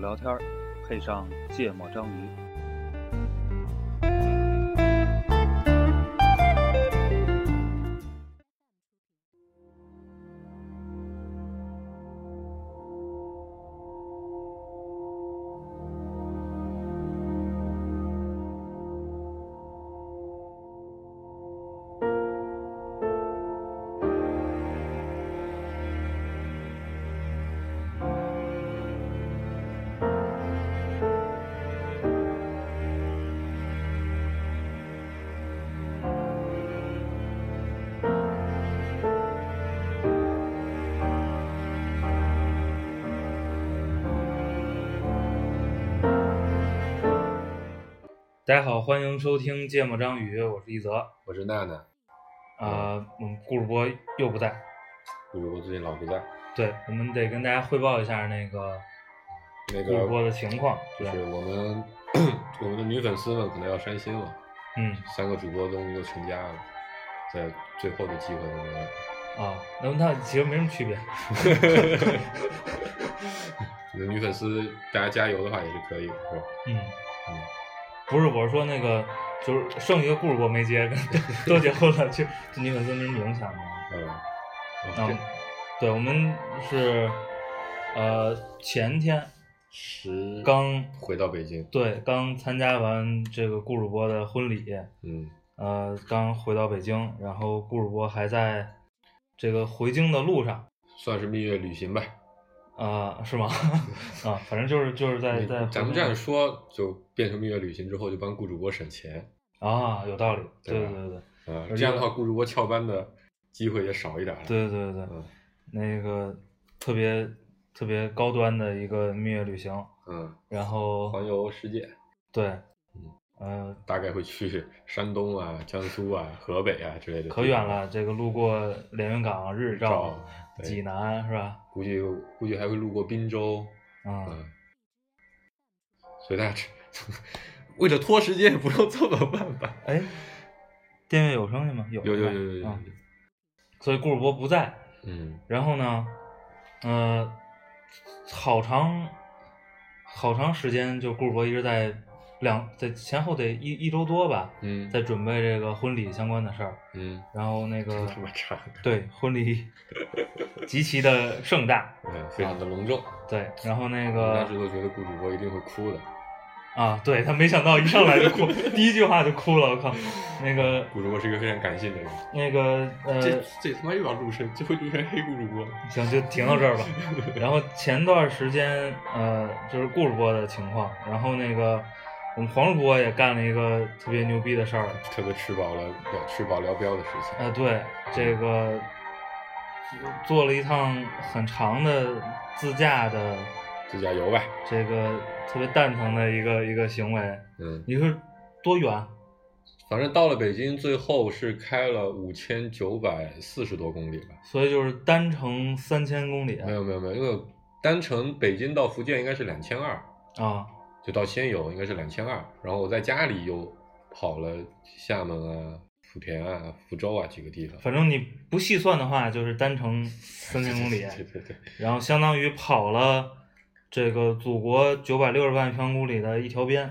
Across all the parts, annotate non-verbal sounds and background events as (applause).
聊天，配上芥末章鱼。大家好，欢迎收听《芥末章鱼》，我是一泽。啊、我是娜娜，嗯我们顾主播又不在，你如果最近老不在，对我们得跟大家汇报一下那个那顾主播个的情况，就对吧是我们 (coughs) 我们的女粉丝们可能要伤心了，嗯三个主播终于又成家了，在最后的机会中呢，啊，那么那其实没什么区别，你的女粉丝大家加油的话也是可以的，是吧？嗯嗯，不是我是说那个就是剩一个顾主播没 (laughs) 接，跟都结婚了，就对女粉丝没什么影响吗？嗯，啊啊这，对，我们是呃前天十刚回到北京，对刚参加完这个顾主播的婚礼，嗯，呃，刚回到北京，然后顾主播还在这个回京的路上，算是蜜月旅行吧。啊、是吗？ (laughs) 啊，反正就是就是在你在咱们回京这样说，就变成蜜月旅行之后，就帮顾主播省钱啊，有道理，对对对吧对对啊，而这样且的话，顾主播翘班的机会也少一点了。，对对对对，嗯那个特别特别高端的一个蜜月旅行，嗯，然后环游世界。对嗯，呃，大概会去山东啊、江苏啊、河北啊之类的地方，可远了，这个路过连云港、日照、对济南是吧？估计估计还会路过滨州，嗯，嗯，所以大家吃 (laughs) 为了拖时间，也不用这么慢吧？哎，电乐有声音吗？有有有是吧有有有有嗯，所以顾主播不在，嗯，然后呢，呃，好长好长时间，就顾主播一直在两在前后得一一周多吧，嗯在准备这个婚礼相关的事儿。嗯， (laughs) 然后那个就这么长，对婚礼极其的盛大，嗯，非常的隆重。对，然后那我当啊个时都觉得顾主播一定会哭的，啊，对他没想到一上来就哭， (laughs) 第一句话就哭了，我靠，那个顾主播是一个非常感性的人。那个呃这，这他妈又要入深，这回入深黑顾主播。行，就停到这儿吧。然后前段时间，呃，就是顾主播的情况，然后那个我们黄主播也干了一个特别牛逼的事儿，特别吃饱了聊吃饱聊膘的事情，呃，对，这个做了一趟很长的自驾的自驾游吧。这个特别蛋疼的一个一个行为。嗯，你说多远？啊反正到了北京，最后是开了五千九百四十多公里吧？所以就是单程三千公里没有没有没有，因为单程北京到福建应该是两千二，啊，就到仙游应该是两千二，然后我在家里又跑了厦门啊、莆田啊、福州啊几个地方。反正你不细算的话，就是单程三千公 (laughs) 里。啊对对对，然后相当于跑了这个祖国九百六十万平方公里的一条边，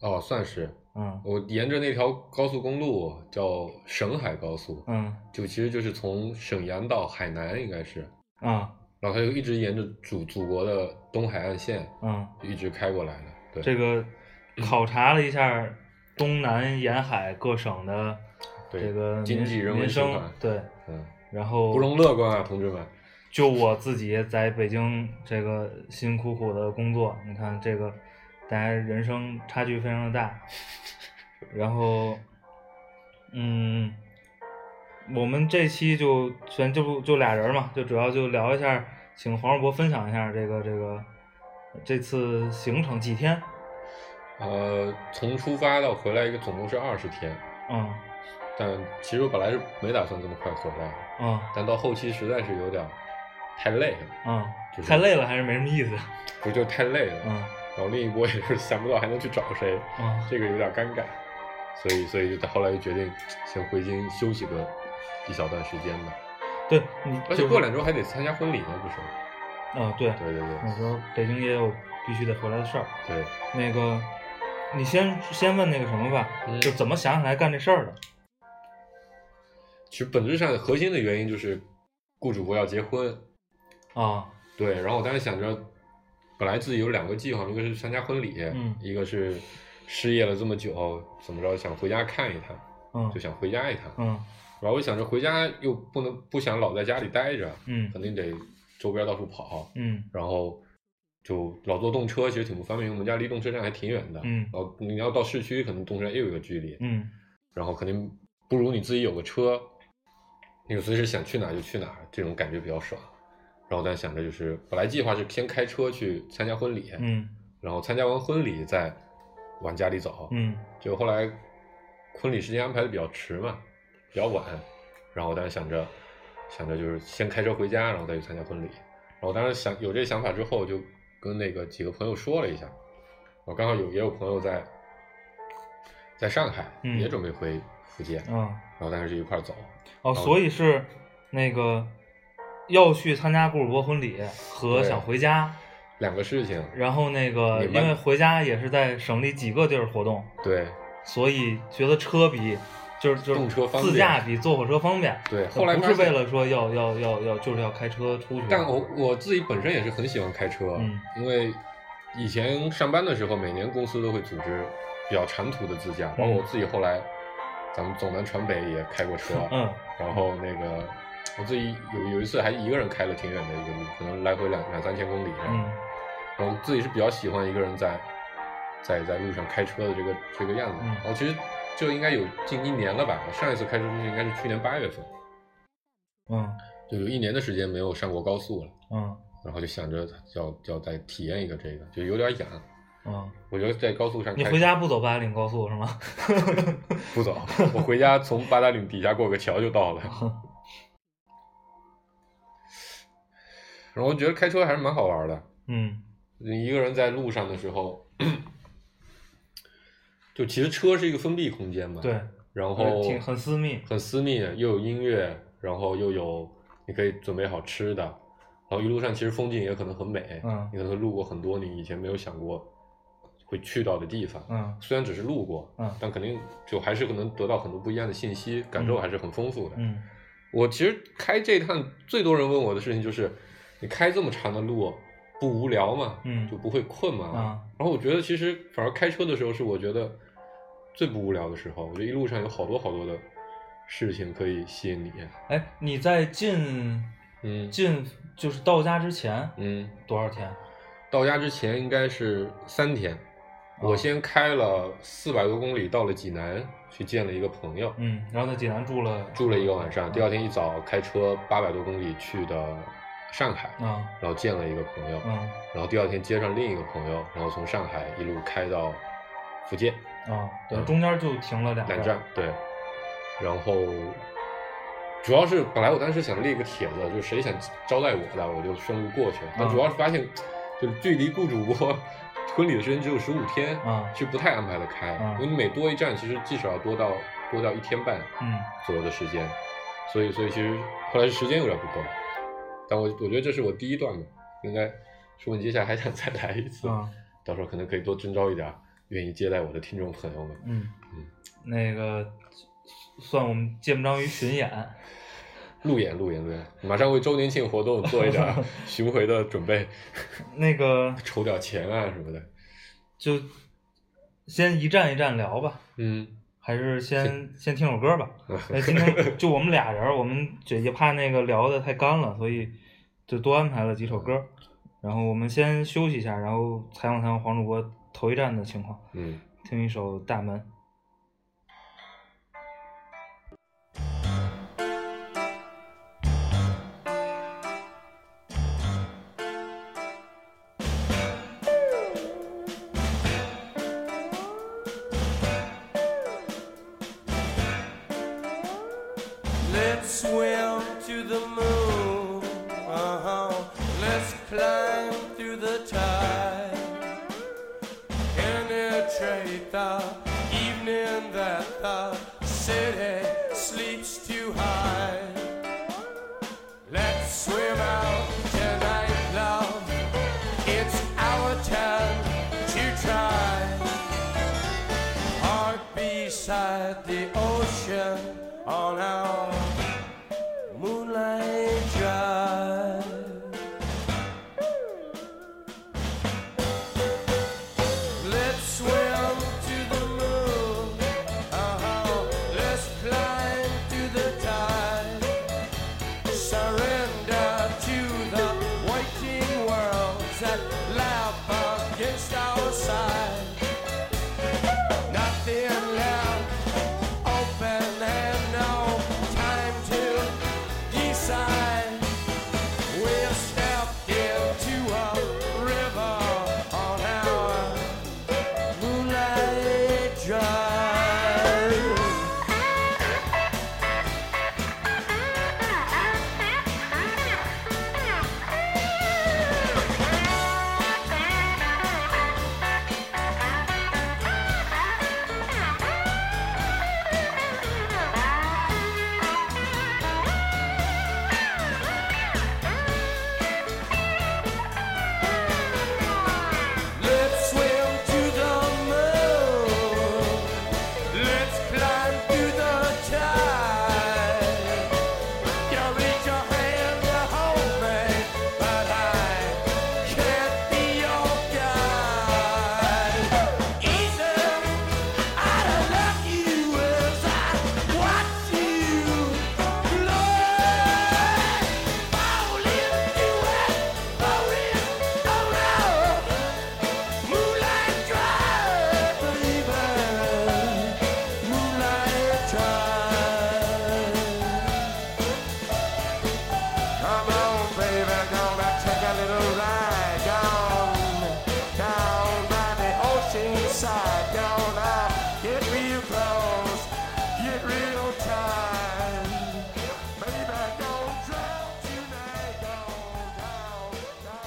哦，算是嗯我沿着那条高速公路叫沈海高速，嗯就其实就是从沈阳到海南应该是，啊然后它就一直沿着祖祖国的东海岸线嗯，一直开过来的。对，这个考察了一下东南沿海各省的对这个经民济人文民循生环，对，嗯。然后不容乐观啊，同志们。就我自己在北京这个辛辛苦苦的工作，你看这个大家人生差距非常的大，然后，嗯，我们这期就全就不就俩人嘛，就主要就聊一下，请黄世博分享一下这个这个这次行程几天，呃，从出发到回来一个总共是二十天，嗯但其实我本来是没打算这么快回来的，嗯但到后期实在是有点儿太累了，嗯就，是太累了还是没什么意思，不就太累了。嗯然后另一波也是想不到还能去找谁，嗯这个有点儿尴尬，所以所以就后来就决定先回京休息个一小段时间吧。对你而就且是过两周还得参加婚礼呢，不是？啊对，对对对，我说北京也有必须得回来的事儿。对，那个，你先先问那个什么吧，嗯就怎么想起来干这事儿的？其实本质上核心的原因就是顾主播要结婚，啊，对，然后我当时想着，本来自己有两个计划，一个是参加婚礼，嗯一个是失业了这么久，怎么着想回家看一看，嗯就想回家一趟。嗯然后我想着回家又不能不想老在家里待着，嗯肯定得周边到处跑，嗯然后就老坐动车，其实挺不方便，因为我们家离动车站还挺远的。嗯然后你要到市区，可能动车站又有一个距离，嗯然后肯定不如你自己有个车，你随时想去哪儿就去哪儿，这种感觉比较爽。然后我当时想着就是，本来计划是先开车去参加婚礼，嗯然后参加完婚礼再往家里走，嗯就后来婚礼时间安排的比较迟嘛，比较晚，然后我当时想着想着就是先开车回家，然后再去参加婚礼。然后我当时想有这想法之后，就跟那个几个朋友说了一下，我刚好有也有朋友在在上海，嗯也准备回福建，啊然后当时就一块儿走。哦，所以是那个要去参加顾主播婚礼和对想回家，两个事情，然后那个明因白为回家也是在省里几个地儿活动，对所以觉得车比就是就动是车方便自驾比坐火车方便。对。后来不发是现为了说要要要要就是要开车出去，但我我自己本身也是很喜欢开车，嗯因为以前上班的时候，每年公司都会组织比较长途的自驾，包括嗯我自己后来，咱们走南闯北也开过车，嗯然后那个我自己有有一次还一个人开了挺远的一个路，可能来回两两三千公里，嗯然后我自己是比较喜欢一个人在在在路上开车的这个这个样子。嗯然后其实这应该有近一年了吧，我上一次开车出去应该是去年八月份，嗯就有一年的时间没有上过高速了。嗯然后就想着要要再体验一个这个，就有点痒。嗯，我觉得在高速上你开回家不走八达岭高速是吗？ (laughs) 不走，我回家从八达岭底下过个桥就到了。然后我觉得开车还是蛮好玩的。嗯你一个人在路上的时候，就其实车是一个封闭空间嘛，对，然后挺很私密，很私密，又有音乐，然后又有你可以准备好吃的，然后一路上其实风景也可能很美，嗯你可能路过很多你以前没有想过会去到的地方，嗯虽然只是路过，嗯但肯定就还是可能得到很多不一样的信息，感受还是很丰富的。嗯我其实开这趟最多人问我的事情就是，你开这么长的路不无聊吗？嗯就不会困吗？啊然后我觉得其实反而开车的时候是我觉得最不无聊的时候，我觉得一路上有好多好多的事情可以吸引你。哎，你在进嗯进就是到家之前嗯，多少天？到家之前应该是三天，哦我先开了四百多公里到了济南去见了一个朋友，嗯，然后在济南住了住了一个晚上，第二天天一早开车八百多公里去的上海，啊然后见了一个朋友，嗯然后第二天接上另一个朋友，然后从上海一路开到福建啊，对，嗯中间就停了两南站站，，对，然后主要是本来我当时想列个帖子，就是谁想招待我的，我就顺路过去，但啊主要是发现就是距离顾主播婚礼的时间只有十五天，啊是不太安排的开，啊因为你每多一站，其实至少要多到多到一天半，嗯左右的时间，所以所以其实后来时间有点不够，但我我觉得这是我第一段嘛，应该说你接下来还想再来一次，啊到时候可能可以多征召一点愿意接待我的听众朋友们。嗯嗯，那个算我们芥末章鱼巡演，路演路演路演，马上为周年庆活动做一点 (laughs) 巡回的准备，那个筹点钱啊什么的。就先一站一站聊吧，嗯，还是先先听首歌吧。哎，今天就我们俩人儿，我们这也怕那个聊的太干了，所以就多安排了几首歌。然后我们先休息一下，然后采访采访黄主播头一站的情况，嗯，听一首《大门》。 Let's swim to the moon. Uh-huh. Let's climb through the tide. Penetrate the evening that the city sleeps too high. Let's swim out tonight, love. It's our time. beside the ocean on our moonlight drive. Let's swim to the moon. Uh-huh. Let's climb to the tide. Surrender to the waiting worlds that laugh against our side. Nothing left, open and no time to decide. We'll step into a river on our moonlight drive. Let's swim to the moon. Let's climb to the tide. You reach your hand to hold me, but I can't be your guide. Easy, I love you as I watch you float, fall into it, fall in, oh no. Moonlight Drive, baby. Moonlight Drive. Come on, baby, gonna take a little ride down, down by the ocean side. Gonna get real close, get real tight. Baby, don't drown tonight. Down, down, down, down.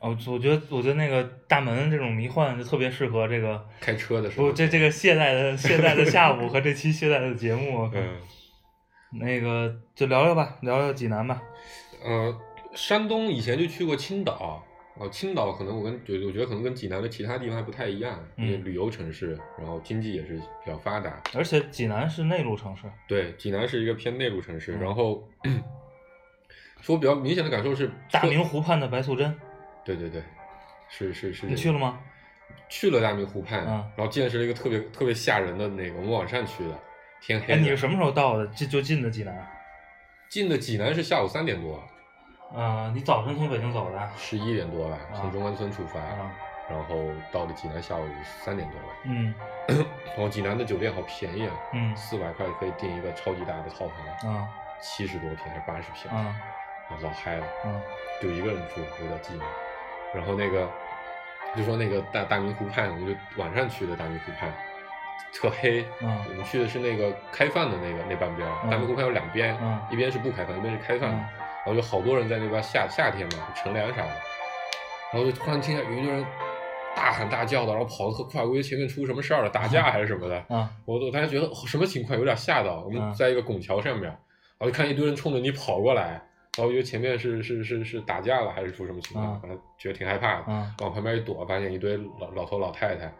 哦，我觉得我觉得那个大门这种迷幻就特别适合这个开车的时候，嗯不这这个现代的现代的下午和这期现代的节目， (laughs) 嗯那个就聊聊吧，聊聊济南吧。呃，山东以前就去过青岛，哦，青岛可能我跟我我觉得可能跟济南的其他地方还不太一样，嗯因为旅游城市，然后经济也是比较发达，而且济南是内陆城市，对，济南是一个偏内陆城市，嗯然后。说比较明显的感受是大说明湖畔的白素贞，对对对，是是是。你去了？吗？去了大明湖畔，嗯然后见识了一个特别特别吓人的那个，我们晚上去的，天黑哎，了。你是什么时候到的？就就进的济南啊、进的济南是下午三点多，嗯你早晨从北京走的啊？十一点多吧，啊从中关村出发，然后到了济南下午三点多吧。嗯然后济南的酒店好便宜啊，嗯四百块可以订一个超级大的套房，啊七十多平还是八十平，啊老嗨了。啊就一个人住，有点寂寞。然后那个就说那个大大明湖畔，我们就晚上去的大明湖畔，特黑。嗯我们去的是那个开放的那个那半边儿，嗯大明湖畔有两边，嗯一边是不开放，一边是开放的。嗯然后有好多人在那边夏夏天嘛，乘凉啥的。然后就突然听见有一个人大喊大叫的，然后跑得特快，我以为前面出什么事儿了，(laughs) 打架还是什么的。啊我我当时觉得、哦什么情况，有点吓到。我嗯们在一个拱桥上面，然后就看一堆人冲着你跑过来，然后就前面是是是是打架了还是出什么情况，嗯反正觉得挺害怕的。啊往旁边一躲，发现一堆老老头老太太，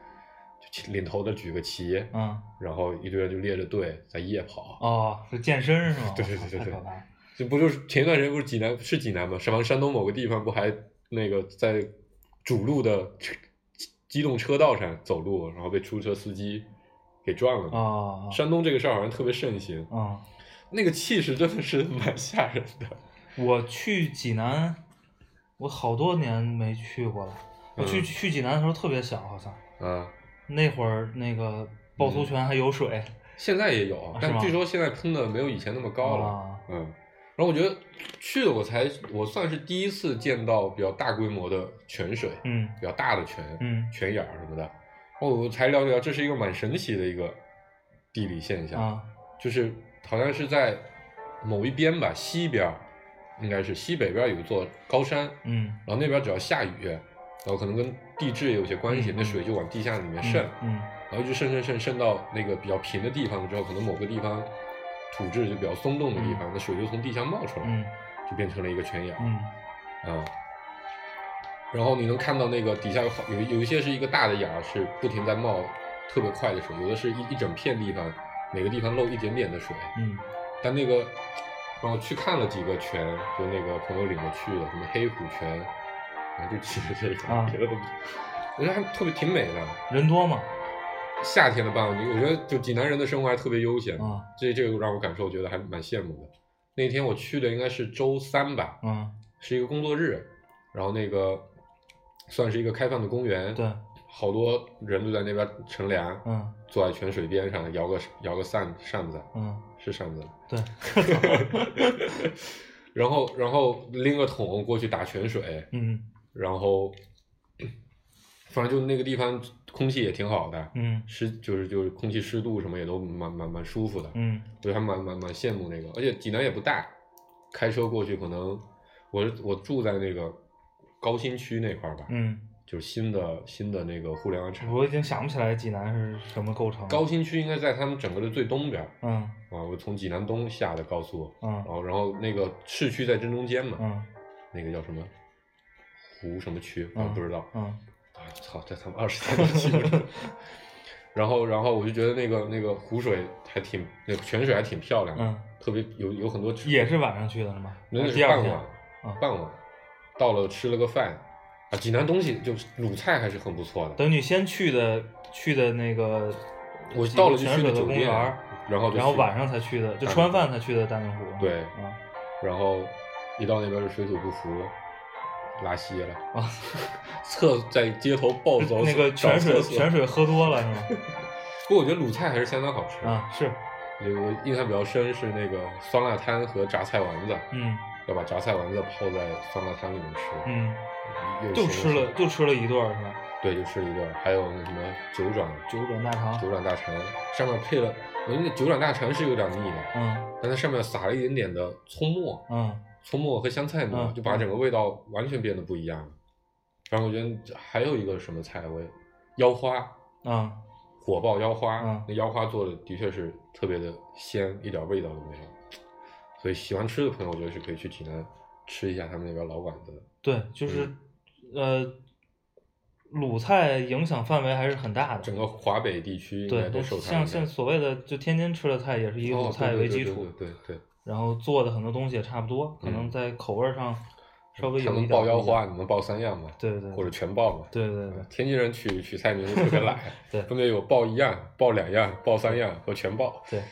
就领头的举个旗，啊！然后一堆人就列着队在夜跑。哦，是健身是吗？对对对对太对可怕了这不就是前段时间不是济南是济南吗？是往山东某个地方不还那个在主路的车机动车道上走路，然后被出租车司机给撞了吗？哦山东这个事儿好像特别盛行。啊！那个气势真的是蛮吓人的。嗯我去济南，我好多年没去过了。我去嗯去济南的时候特别小，好像啊，那会儿那个嗯趵突泉还有水。现在也有啊，是但吗据说现在喷的没有以前那么高了。啊嗯，然后我觉得去了我才我算是第一次见到比较大规模的泉水，嗯比较大的泉，嗯泉眼儿什么的。哦，我才了解到这是一个蛮神奇的一个地理现象，啊就是好像是在某一边吧，西边儿应该是西北边儿有一座高山，嗯然后那边只要下雨，然后可能跟地质也有些关系，嗯那水就往地下里面嗯渗，嗯然后就渗渗渗渗到那个比较平的地方之后，可能某个地方土质就比较松动的地方，那水就从地下冒出来，嗯就变成了一个泉眼儿啊、嗯然后你能看到那个底下有好有有一些是一个大的芽儿是不停在冒特别快的水，有的是一一整片地方每个地方漏一点点的水，嗯但那个，然后去看了几个泉，就那个朋友领我去的，什么黑虎泉，然后就去了这个，啊别的都不，我觉得还特别挺美的。人多嘛夏天的傍晚，我觉得就济南人的生活还特别悠闲，啊这这个让我感受，我觉得还蛮羡慕的。那天我去的应该是周三吧，啊是一个工作日，然后那个算是一个开放的公园，对，好多人都在那边乘凉，嗯坐在泉水边上摇个摇个扇扇子，嗯是扇子吗。对， (laughs) 然后然后拎个桶过去打泉水，嗯然后反正就那个地方空气也挺好的，嗯湿就是就是空气湿度什么也都蛮蛮蛮舒服的，嗯对，还蛮蛮蛮羡慕那个，而且济南也不大，开车过去可能我是我住在那个高新区那块儿吧，嗯，就是新的新的那个互联网产我已经想不起来济南是什么构成了。高新区应该在他们整个的最东边儿嗯啊，我从济南东下的高速，嗯然后然后那个市区在正中间嘛，嗯那个叫什么湖什么区，我嗯不知道。嗯啊，操，这他妈二十天都记不住。 (laughs) 然后，然后我就觉得那个那个湖水还挺，那个泉水还挺漂亮的，嗯，特别有有很多植物也是晚上去的了吗？那还是第二傍天嗯晚，傍晚到了吃了个饭，啊，济南东西就是鲁菜还是很不错的。等你先去的去的那个，我到了就泉去水了的酒公店园儿，，然后就然后去晚上才去的，就吃完饭才去的大宁湖。对嗯然后一到那边就水土不服，拉稀了，啊，厕在街头 (laughs) 暴走嗯那个找泉水厕所泉水喝多了是 (laughs) 吗？不过我觉得鲁菜还是相当好吃。啊，是，有我印象比较深是那个酸辣汤和榨菜丸子，嗯要把榨菜丸子泡在酸辣汤里面吃，嗯，又就咸又吃了爽就吃了一顿儿是吧？对，就吃了一顿，还有那什么九转九转大肠，九转大肠，上面配了，我觉得那九转大肠是有点腻的，嗯但它上面撒了一点点的葱末，嗯葱末和香菜末，嗯就把整个味道完全变得不一样了。然后我觉得还有一个什么菜我也，腰花，嗯火爆腰花，嗯那腰花做的的确是特别的鲜，一点味道都没有。所以喜欢吃的朋友，我觉得是可以去济南吃一下他们那边老馆子的。对，就是嗯呃，鲁菜影响范围还是很大的。整个华北地区应该对，都都受它像影响像所谓的就天津吃的菜也是以鲁哦对菜对为对基对础，对对对然后做的很多东西也差不多，可能嗯在口味上稍微他有一点们爆不腰一样花，你们爆三样嘛，对对对或者嗯全爆嘛。对对对，，天津人取取菜名字特别懒 (laughs) 对分别有爆一样、爆两样、爆三样和全爆。对，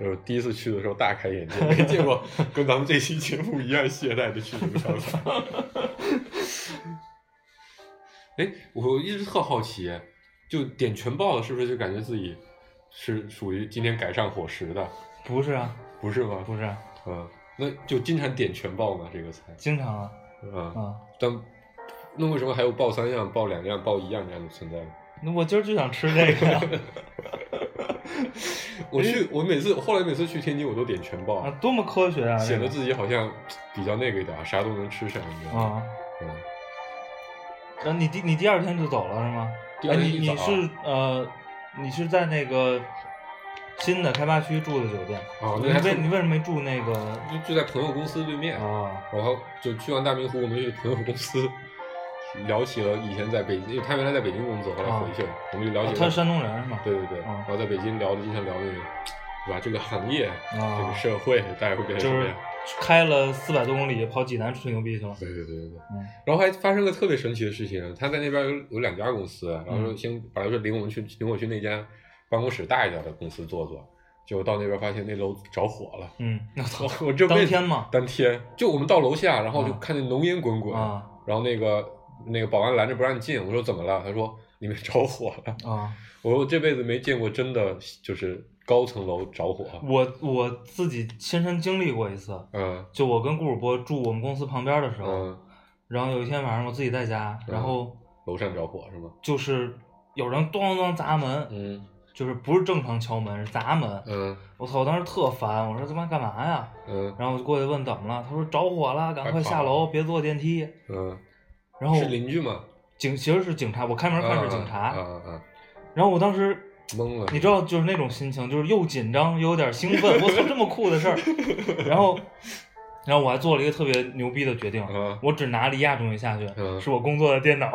就是第一次去的时候大开眼界，没见过跟咱们这期节目一样懈怠的去这个超 (laughs) 市。哎，我一直特好奇，就点全爆了，是不是就感觉自己是属于今天改善伙食的，不是啊，不是吗？不是啊，嗯，那就经常点全爆嘛，这个菜。经常啊嗯，啊，但那为什么还有爆三样、爆两样、爆一样这样的存在呢？那我今儿就想吃这 (laughs) 个呀我去，我每次后来每次去天津，我都点全爆啊，，多么科学啊，显这得个自己好像比较那个一点，啥都能吃上，你知道吗？啊。嗯，然后你第你第二天就走了是吗？第二哎天你一你早啊是呃，你是在那个新的开发区住的酒店？哦你那还为是你为什么没住那个？就就在朋友公司对面，啊，然后就去完大明湖，我们去朋友公司聊起了以前在北京，因为他原来在北京工作，后来回去了，我们就聊起了。啊他是山东人是吗？对对对，嗯然后在北京聊的经常聊那个，对吧？这个行业，啊这个社会，大家会变成就什么是样？开了四百多公里跑济南吹牛逼去了。对对对对对。嗯然后还发生个特别神奇的事情，啊他在那边有有两家公司，然后说嗯先本来说领我们去领我去那家办公室大一点的公司坐坐，结果到那边发现那楼着火了。嗯，那我操，我这辈当子天吗？当天就我们到楼下，然后就啊看见浓烟滚滚，啊然后那个那个保安拦着不让进，我说怎么了？他说里面 (laughs) 着火了。啊！我说我这辈子没见过真的就是高层楼着火。我我自己亲身经历过一次，嗯就我跟顾主播住我们公司旁边的时候，嗯，然后有一天晚上我自己在家，然后楼上着火是吗？就是有人咚咚砸门，嗯就是不是正常敲门，是砸门。嗯我操！我当时特烦，我说他妈干嘛呀？嗯然后我就过去问怎么了，他说着火了，赶快快跑下楼，别坐电梯。嗯，然后是邻居吗？警其实是警察，我开门看是警察，啊啊啊！啊然后我当时懵了，你知道，就是那种心情，就是又紧张又有点兴奋。我操，这么酷的事儿！然后然后我还做了一个特别牛逼的决定，啊我只拿离亚中心下去，嗯是我工作的电脑。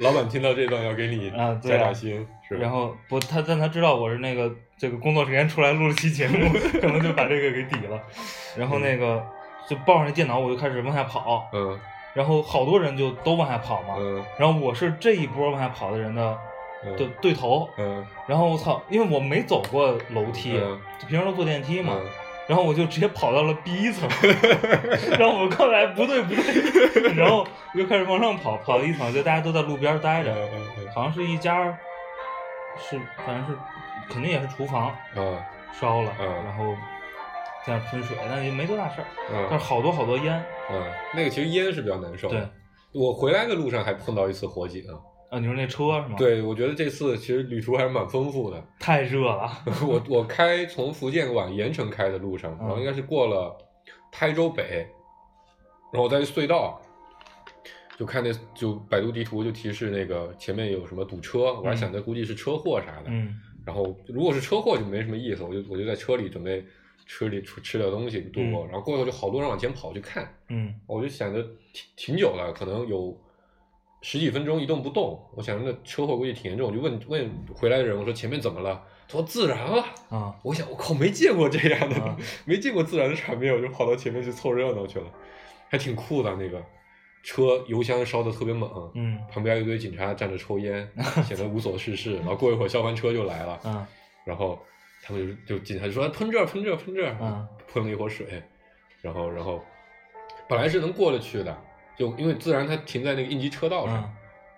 老板听到这段要给你啊对加啊点薪，是 (laughs) 吧？然后不，他但他知道我是那个这个工作时间出来录了期节目，可能就把这个给抵了。然后那个就抱上那电脑，我就开始往下跑，嗯然后好多人就都往下跑嘛。嗯然后我是这一波往下跑的人的嗯对对头。嗯然后我操，因为我没走过楼梯，嗯就平时都坐电梯嘛。嗯，然后我就直接跑到了第一 (laughs) 层，然后我刚才不对不对，然后我就开始往上跑，跑到一层，就大家都在路边待着，嗯嗯好像是一家，是反正是肯定也是厨房嗯烧了，嗯然后在那喷水，但也没多大事儿，但是嗯好多好多烟。嗯，那个其实烟是比较难受。对，我回来的路上还碰到一次火警。啊，你说那车是吗？，对，我觉得这次其实旅途还是蛮丰富的。 (laughs) 太热了。我我开从福建往盐城开的路上，然后应该是过了台州北，然后我在隧道就看那就百度地图就提示那个前面有什么堵车，我还想着估计是车祸啥的。嗯然后如果是车祸就没什么意思，我就我就在车里准备车里吃吃点东西度过。嗯然后过一会儿就好多人往前跑去看，嗯我就想着挺挺久了，可能有十几分钟一动不动。我想着那车祸估计挺严重，我就问问回来的人，我说前面怎么了？他说自燃了。啊我想我靠，没见过这样的，啊没见过自燃的场面，我就跑到前面去凑热闹去了，还挺酷的那个车油箱烧的特别猛。嗯旁边一堆警察站着抽烟，显得无所事事。然后过一会儿消防车就来了，嗯然后他们就就警察就说啊喷这儿喷这儿喷这儿，嗯喷了一会儿水，然后然后本来是能过得去的，就因为自然它停在那个应急车道上，嗯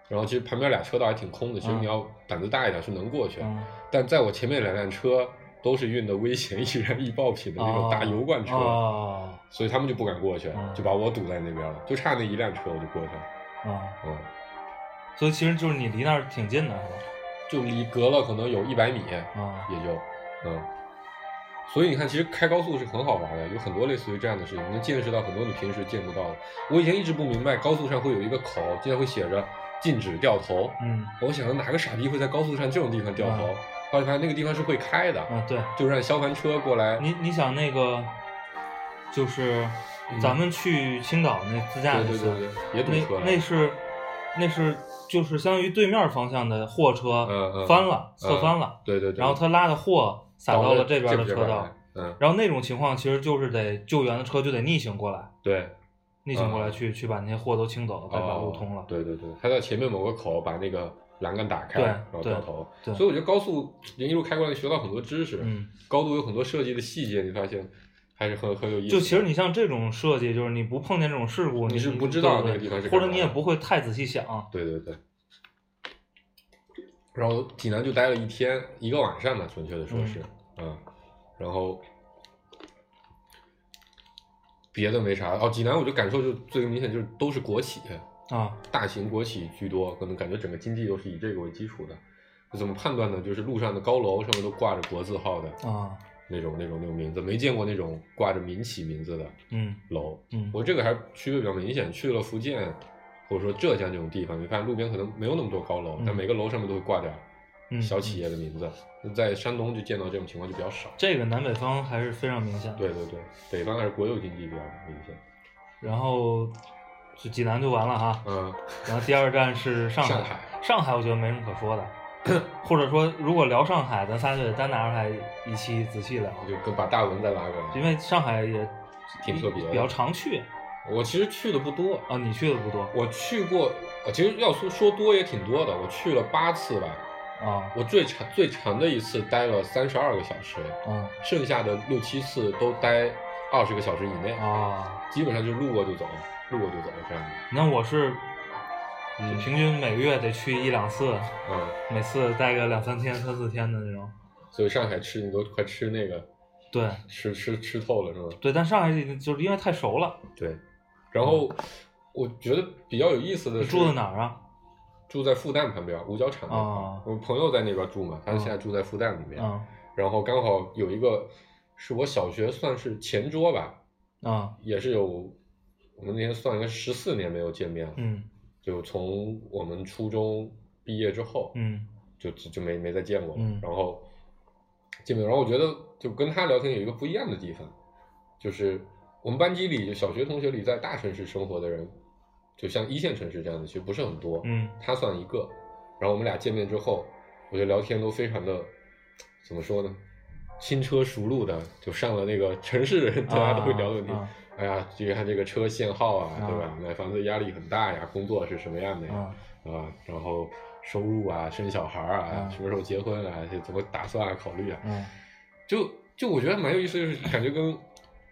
然后其实旁边俩车道还挺空的，其实嗯你要胆子大一点是能过去，嗯，但在我前面两辆车都是运的危险易燃易爆品的那种大油罐车，哦所以他们就不敢过去，嗯就把我堵在那边了，就差那一辆车我就过去了，哦，嗯，所以其实就是你离那儿挺近的是吧？就离隔了可能有一百米，啊也就，嗯。所以你看，其实开高速是很好玩的，有很多类似于这样的事情，你能见识到很多你平时见不到的。我以前一直不明白，高速上会有一个口，竟然会写着禁止掉头。嗯我想着哪个傻逼会在高速上这种地方掉头嗯？后来发现那个地方是会开的，嗯对。就让消防车过来。你你想那个，就是嗯咱们去青岛那自驾对那对对次，对，也堵车那那了。是那是就是相当于对面方向的货嗯车嗯翻了，侧嗯翻了，对对对。然后他拉的货洒到了这边的这车道来，。嗯，然后那种情况其实就是得救援的车就得逆行过来，对。逆行过来嗯去去把那些货都清走了，再把路通哦了。对对对，他在前面某个口把那个栏杆打开，对然后掉对头。对所以我觉得高速人一路开过来，学到很多知识。嗯，高度有很多设计的细节，你发现还是很很有意思就的。其实你像这种设计，就是你不碰见这种事故，你你是不知道对那个地方是或干者嘛你也的不会太仔细想。对对对。然后济南就待了一天一个晚上吧，准确的说是，嗯，然后别的没啥哦。济南我就感受就最明显就是都是国企，啊，大型国企居多，可能感觉整个经济都是以这个为基础的。怎么判断呢？就是路上的高楼上面都挂着国字号的啊，那种、那种、那种名字，没见过那种挂着民企名字的嗯楼。嗯，我这个还区别比较明显，去了福建或者说浙江这种地方，你看路边可能没有那么多高楼，嗯但每个楼上面都会挂点儿嗯小嗯企业的名字。那在山东就见到这种情况就比较少。这个南北方还是非常明显的。对对对，北方还是国有经济比较明显。然后就济南就完了哈，嗯，然后第二站是上海。上海上海我觉得没什么可说的， (coughs) 或者说如果聊上海，咱仨就得单拿出来一期仔细聊，就跟把大文再拉过来。因为上海也挺特别的比较常去我其实去的不多，啊。你去的不多我去过，我其实要说说多也挺多的，我去了八次吧。啊，我最长最长的一次待了三十二个小时，嗯剩下的六七次都待二十个小时以内。啊，基本上就是路过就走，路过就走这样的。那我是嗯就平均每个月得去一两次，嗯，每次待个两三天、三四天的那种。所以上海吃你都快吃那个对吃吃吃透了是吗？对，但上海已经就是因为太熟了。对。然后我觉得比较有意思的你是住在哪儿啊？住在复旦旁边，五角场那块儿啊我朋友在那边住嘛，他嗯现在住在复旦里面。嗯然后刚好有一个是我小学算是前桌吧，嗯也是有我们那天算一个十四年没有见面了，嗯就从我们初中毕业之后，嗯就就就没没再见过了。嗯然后见面。然后我觉得就跟他聊天有一个不一样的地方，就是我们班级里就小学同学里在大城市生活的人，就像一线城市这样的其实不是很多， (laughs) 嗯他算一个。然后我们俩见面之后，我觉得聊天都非常的怎么说呢？轻车熟路的就上了那个城市人大家都会聊的问题。啊哎呀，这个看这个车限号啊，啊对吧？买房子压力很大呀，工作是什么样的呀？啊啊，然后收入啊，生小孩儿啊，嗯什么时候结婚啊，这怎么打算啊，考虑啊，嗯就就我觉得蛮有意思，就是感觉跟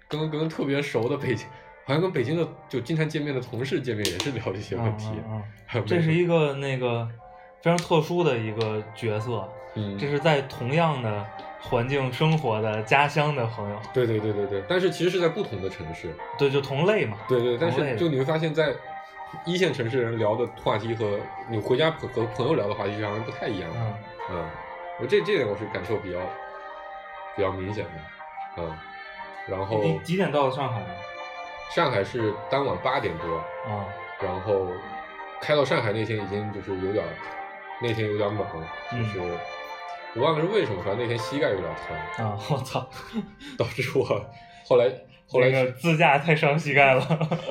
跟跟特别熟的北京，好像跟北京的就经常见面的同事见面也是聊 (laughs) 这些问题，嗯嗯嗯还有这是没一个那个非常特殊的一个角色，嗯，这是在同样的环境生活的家乡的朋友，对对对对对，但是其实是在不同的城市，对，就同类嘛。对对，但同类是的就你会发现在一线城市人聊的话题和你回家和和朋友聊的话题是好像不太一样的，嗯，嗯，我这这点我是感受比较比较明显的，嗯，然后你几点到的上海啊？上海是当晚八点多，啊，然后开到上海那天已经就是有点儿，那天有点儿猛，就嗯是、我忘了是为什么，反正那天膝盖有点儿疼，啊！我操，导致我后来后来那个自驾太伤膝盖了。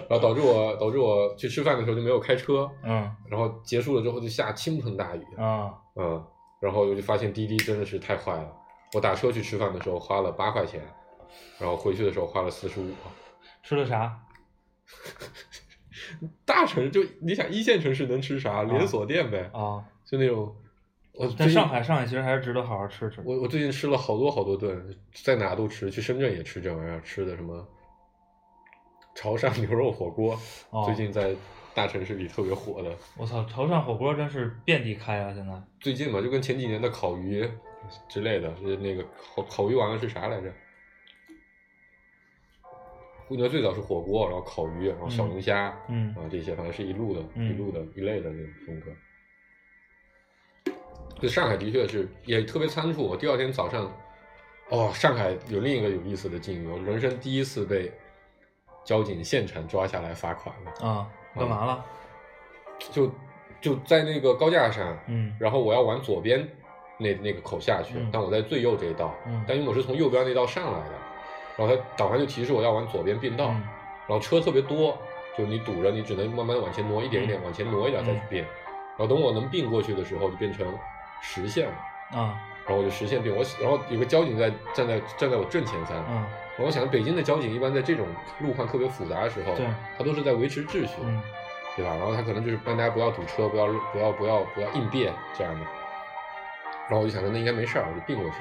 然后导致我导致我去吃饭的时候就没有开车， (laughs) 嗯然后结束了之后就下倾盆大雨，啊嗯，然后我就发现滴滴真的是太坏了。我打车去吃饭的时候花了八块钱，然后回去的时候花了四十五。啊吃的啥？大城就你想一线城市能吃啥？连锁店呗，啊，就那种。我最在近上海，上海其实还是值得好好吃吃。我我最近吃了好多好多顿，在哪都吃，去深圳也吃这玩意儿，吃的什么潮汕牛肉火锅，哦最近在大城市里特别火的。我操，潮汕火锅真是遍地开啊！现在最近嘛，就跟前几年的烤鱼之类的，是那个烤烤鱼完了是啥来着？我觉得最早是火锅，然后烤鱼，然后小龙虾，嗯嗯啊这些，反正是一路的、嗯一路的一类的那种风格。就上海的确是也特别仓促，我第二天早上，哦，上海有另一个有意思的境遇，我人生第一次被交警现场抓下来罚款了，啊，干嘛了？就就在那个高架上，嗯然后我要往左边那那个口下去，嗯但我在最右这一道，嗯但因为我是从右边那道上来的，然后他导航就提示我要往左边变道，嗯然后车特别多，就你堵着，你只能慢慢地往前挪一点一点，嗯往前挪一点再去变，然后等我能并过去的时候，就变成实线了，啊然后我就实线并，我然后有个交警在站在站在我正前方，嗯然后我想北京的交警一般在这种路况特别复杂的时候对，他都是在维持秩序，嗯对吧？然后他可能就是让大家不要堵车，不要不要不要不要应变这样的。然后我就想着那应该没事儿，我就并过去。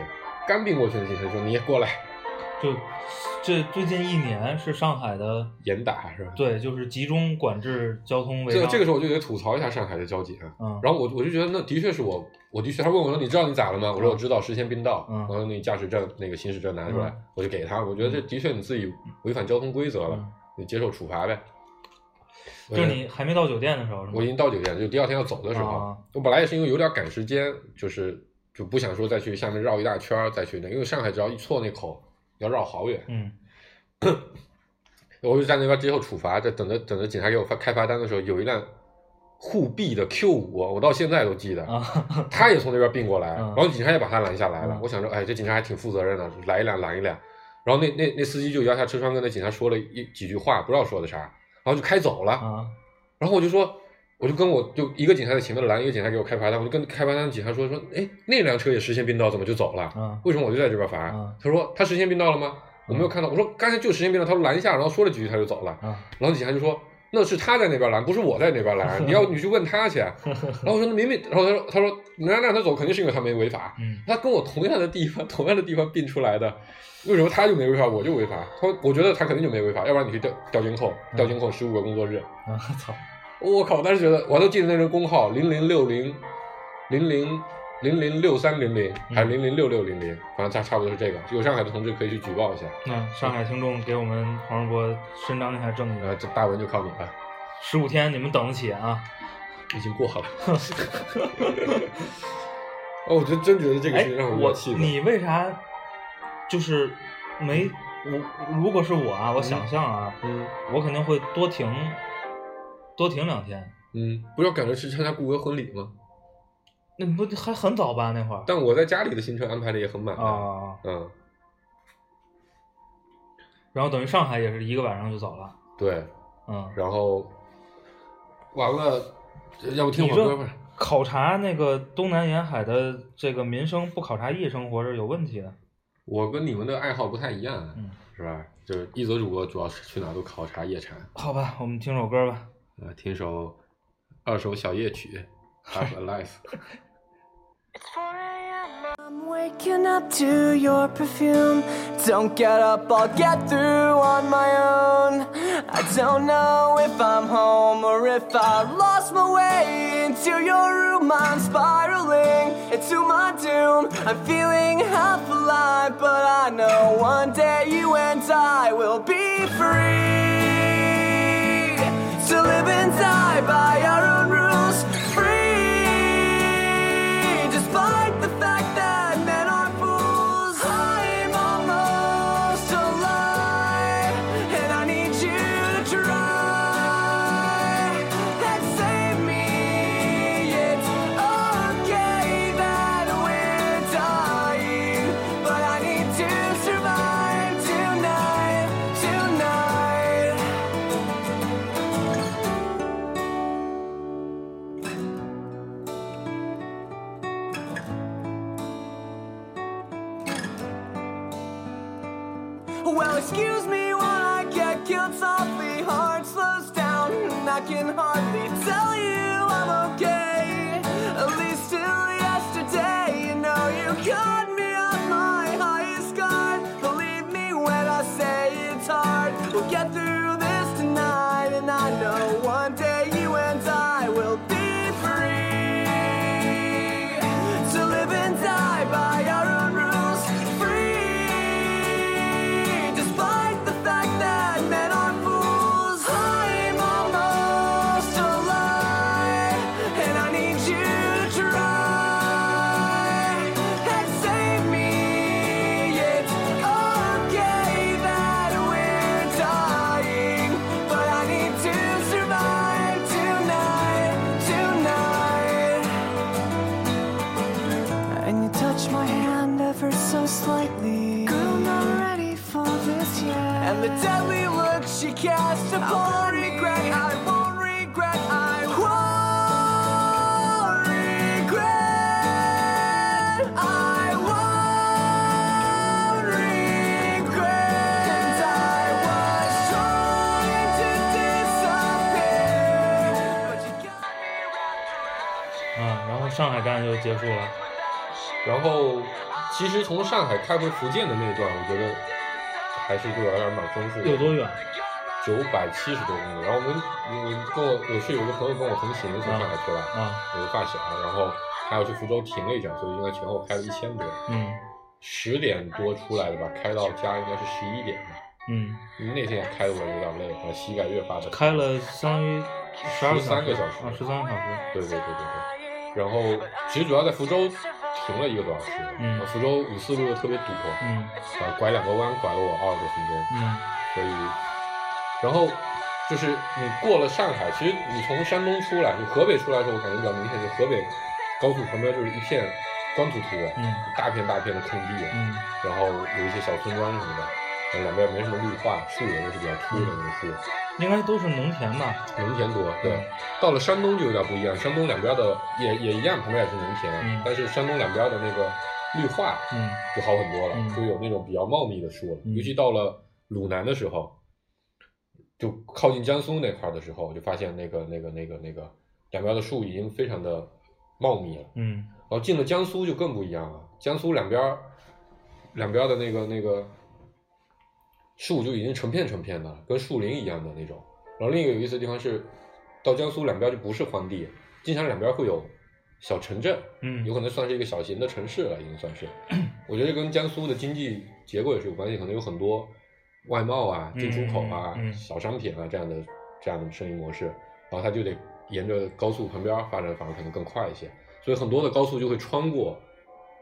刚并过去的警察说你也过来，就这最近一年是上海的，严打是吧？对，就是集中管制交通违这章。这个时候我就得吐槽一下上海的交警啊。嗯，然后我我就觉得那的确是我，我的确他问我说你知道你咋了吗？我说我知道，实现并道。嗯然后你驾驶证那个行驶证拿出来，嗯我就给他。我觉得这的确你自己违反交通规则了，嗯你接受处罚呗。就是你还没到酒店的时候是吗？我已经到酒店，就第二天要走的时候，啊我本来也是因为有点赶时间，就是就不想说再去下面绕一大圈儿再去那，因为上海只要一错那口要绕好远，嗯我就在那边接受处罚，在等着等着警察给我发开罚单的时候，有一辆沪 B 的 Q 五，我到现在都记得。啊他也从那边并过来，嗯然后警察也把他拦下来了。嗯我想着，哎，这警察还挺负责任的，拦一拦，拦一拦。然后那那那司机就摇下车窗，跟那警察说了一几句话，不知道说的啥，然后就开走了。啊然后我就说，我就跟我就一个警察在前面拦，一个警察给我开罚单，我就跟开罚单的警察说说，哎，那辆车也实线并道，怎么就走了？啊为什么我就在这边罚？嗯他说他实线并道了吗？我没有看到。我说刚才就实线并道，他说拦一下，然后说了几句他就走了。啊！然后警察就说。那是他在那边拦，不是我在那 (laughs) 边拦。你要你去问他去。啊然后我说那明明，然后他说他说人家让他走，肯定是因为他没违法。嗯他跟我同样的地方，同样的地方并出来的，为什么他就没违法，我就违法？他我觉得他肯定就没违法，要不然你去调调监控，调监控十五个工作日。啊操！我靠！我当时觉得，我都记得那人工号零零六零零零零零六三零零，还是零零六六零零，反正差差不多是这个。有上海的同志可以去举报一下。那上海听众给我们黄世波伸张一下正呃，义，这大文就靠你了，十五天你们等得起 (laughs) 啊！已经过了。嗯哦，我真真觉得这个哎事情让，我我气的。你为啥就是没我？如果是我啊，我想象啊，嗯我肯定会多停多停两天。嗯，不要赶着去参加顾哥婚礼吗？那不还很早吧？那会儿但我在家里的行程安排的也很满的啊，嗯，然后等于上海也是一个晚上就走了，对，嗯。然后完了，要不听会儿你这歌吧？考察那个东南沿海的这个民生，不考察夜生活是有问题的。我跟你们的爱好不太一样，嗯，是吧？就是一泽主播主要是去哪儿都考察夜产，好吧，我们听首歌吧。呃，听首二首小夜曲《Half Alive》。 I'm waking up to your perfume. Don't get up, I'll get through on my own. I don't know if I'm home or if I lost my way into your room. I'm spiraling into my doom. I'm feeling half alive, but I know one day you and I will be free to live and die by our own rules. Free, despite the fact that men are fools. I'm almost alive, and I need you to try and save me. It's okay that we're dying, but I need to survive tonight, tonight. Well, excuse me when I get guilt softly, heart slows down, and I can hardly tell you I'm okay. At least till yesterday, you know you got me on my highest guard. Believe me when I say it's hard. We'll get through this tonight, and I know one day you and I will be free to live and die by our own rules. Free, despite the fact that men are fools. I'm almost alive, and I need you to try and save me. It's okay that we're dying, but I need to survive tonight, tonight. And you touch my hand ever so slightly. Girl, not ready for this yet. And the deadly look she cast upon me. Regret, I won't regret, I won't regret. I won't regret. And I was trying to disappear. But you got me wrapped around you 嗯，然后上海站就结束了。 without you. (laughs) 然后，其实从上海开回福建的那一段，我觉得还是对我来讲蛮丰富的。有多远？九百七十多公里。然后我们，我跟我我是有个朋友跟我同行，从上海出来，啊，有个发小，然后他要去福州停了一站，所以应该前后开了一千多。嗯十点多出来的吧，开到家应该是十一点吧。嗯，那天也开的我有点累，我膝盖越发的。开。了相当于十二13个小时啊，十三个小时。嗯对对对对对。然后其实主要在福州停了一个多小时，呃嗯福州五四路又特别堵，嗯啊，拐两个弯拐了我二十多分钟。嗯所以，然后就是你过了上海，其实你从山东出来，就河北出来的时候，我感觉比较明显，就河北高速旁边就是一片光秃秃的，嗯大片大片的空地，嗯然后有一些小村庄什么的，然后两边没什么绿化，树也都是比较秃的那种树，应该都是农田吧？农田多。对嗯，到了山东就有点不一样，山东两边的也也一样，旁边也是农田，嗯但是山东两边的那个绿化嗯就好很多了，嗯就有那种比较茂密的树了。嗯尤其到了鲁南的时候，就靠近江苏那块儿的时候，就发现那个那个那个那个两边的树已经非常的茂密了。嗯然后进了江苏就更不一样了，江苏两边儿两边儿的那个那个树就已经成片成片的了，跟树林一样的那种。然后另一个有意思的地方是，到江苏两边就不是荒地，经常两边会有小城镇，嗯，有可能算是一个小型的城市了，已经 (clears throat) 算是。我觉得跟江苏的经济结构也是有关系，可能有很多外贸啊、进出口啊、嗯嗯嗯小商品啊这样的这样的生意模式，然后它就得沿着高速旁边发展，反而可能更快一些。所以很多的高速就会穿过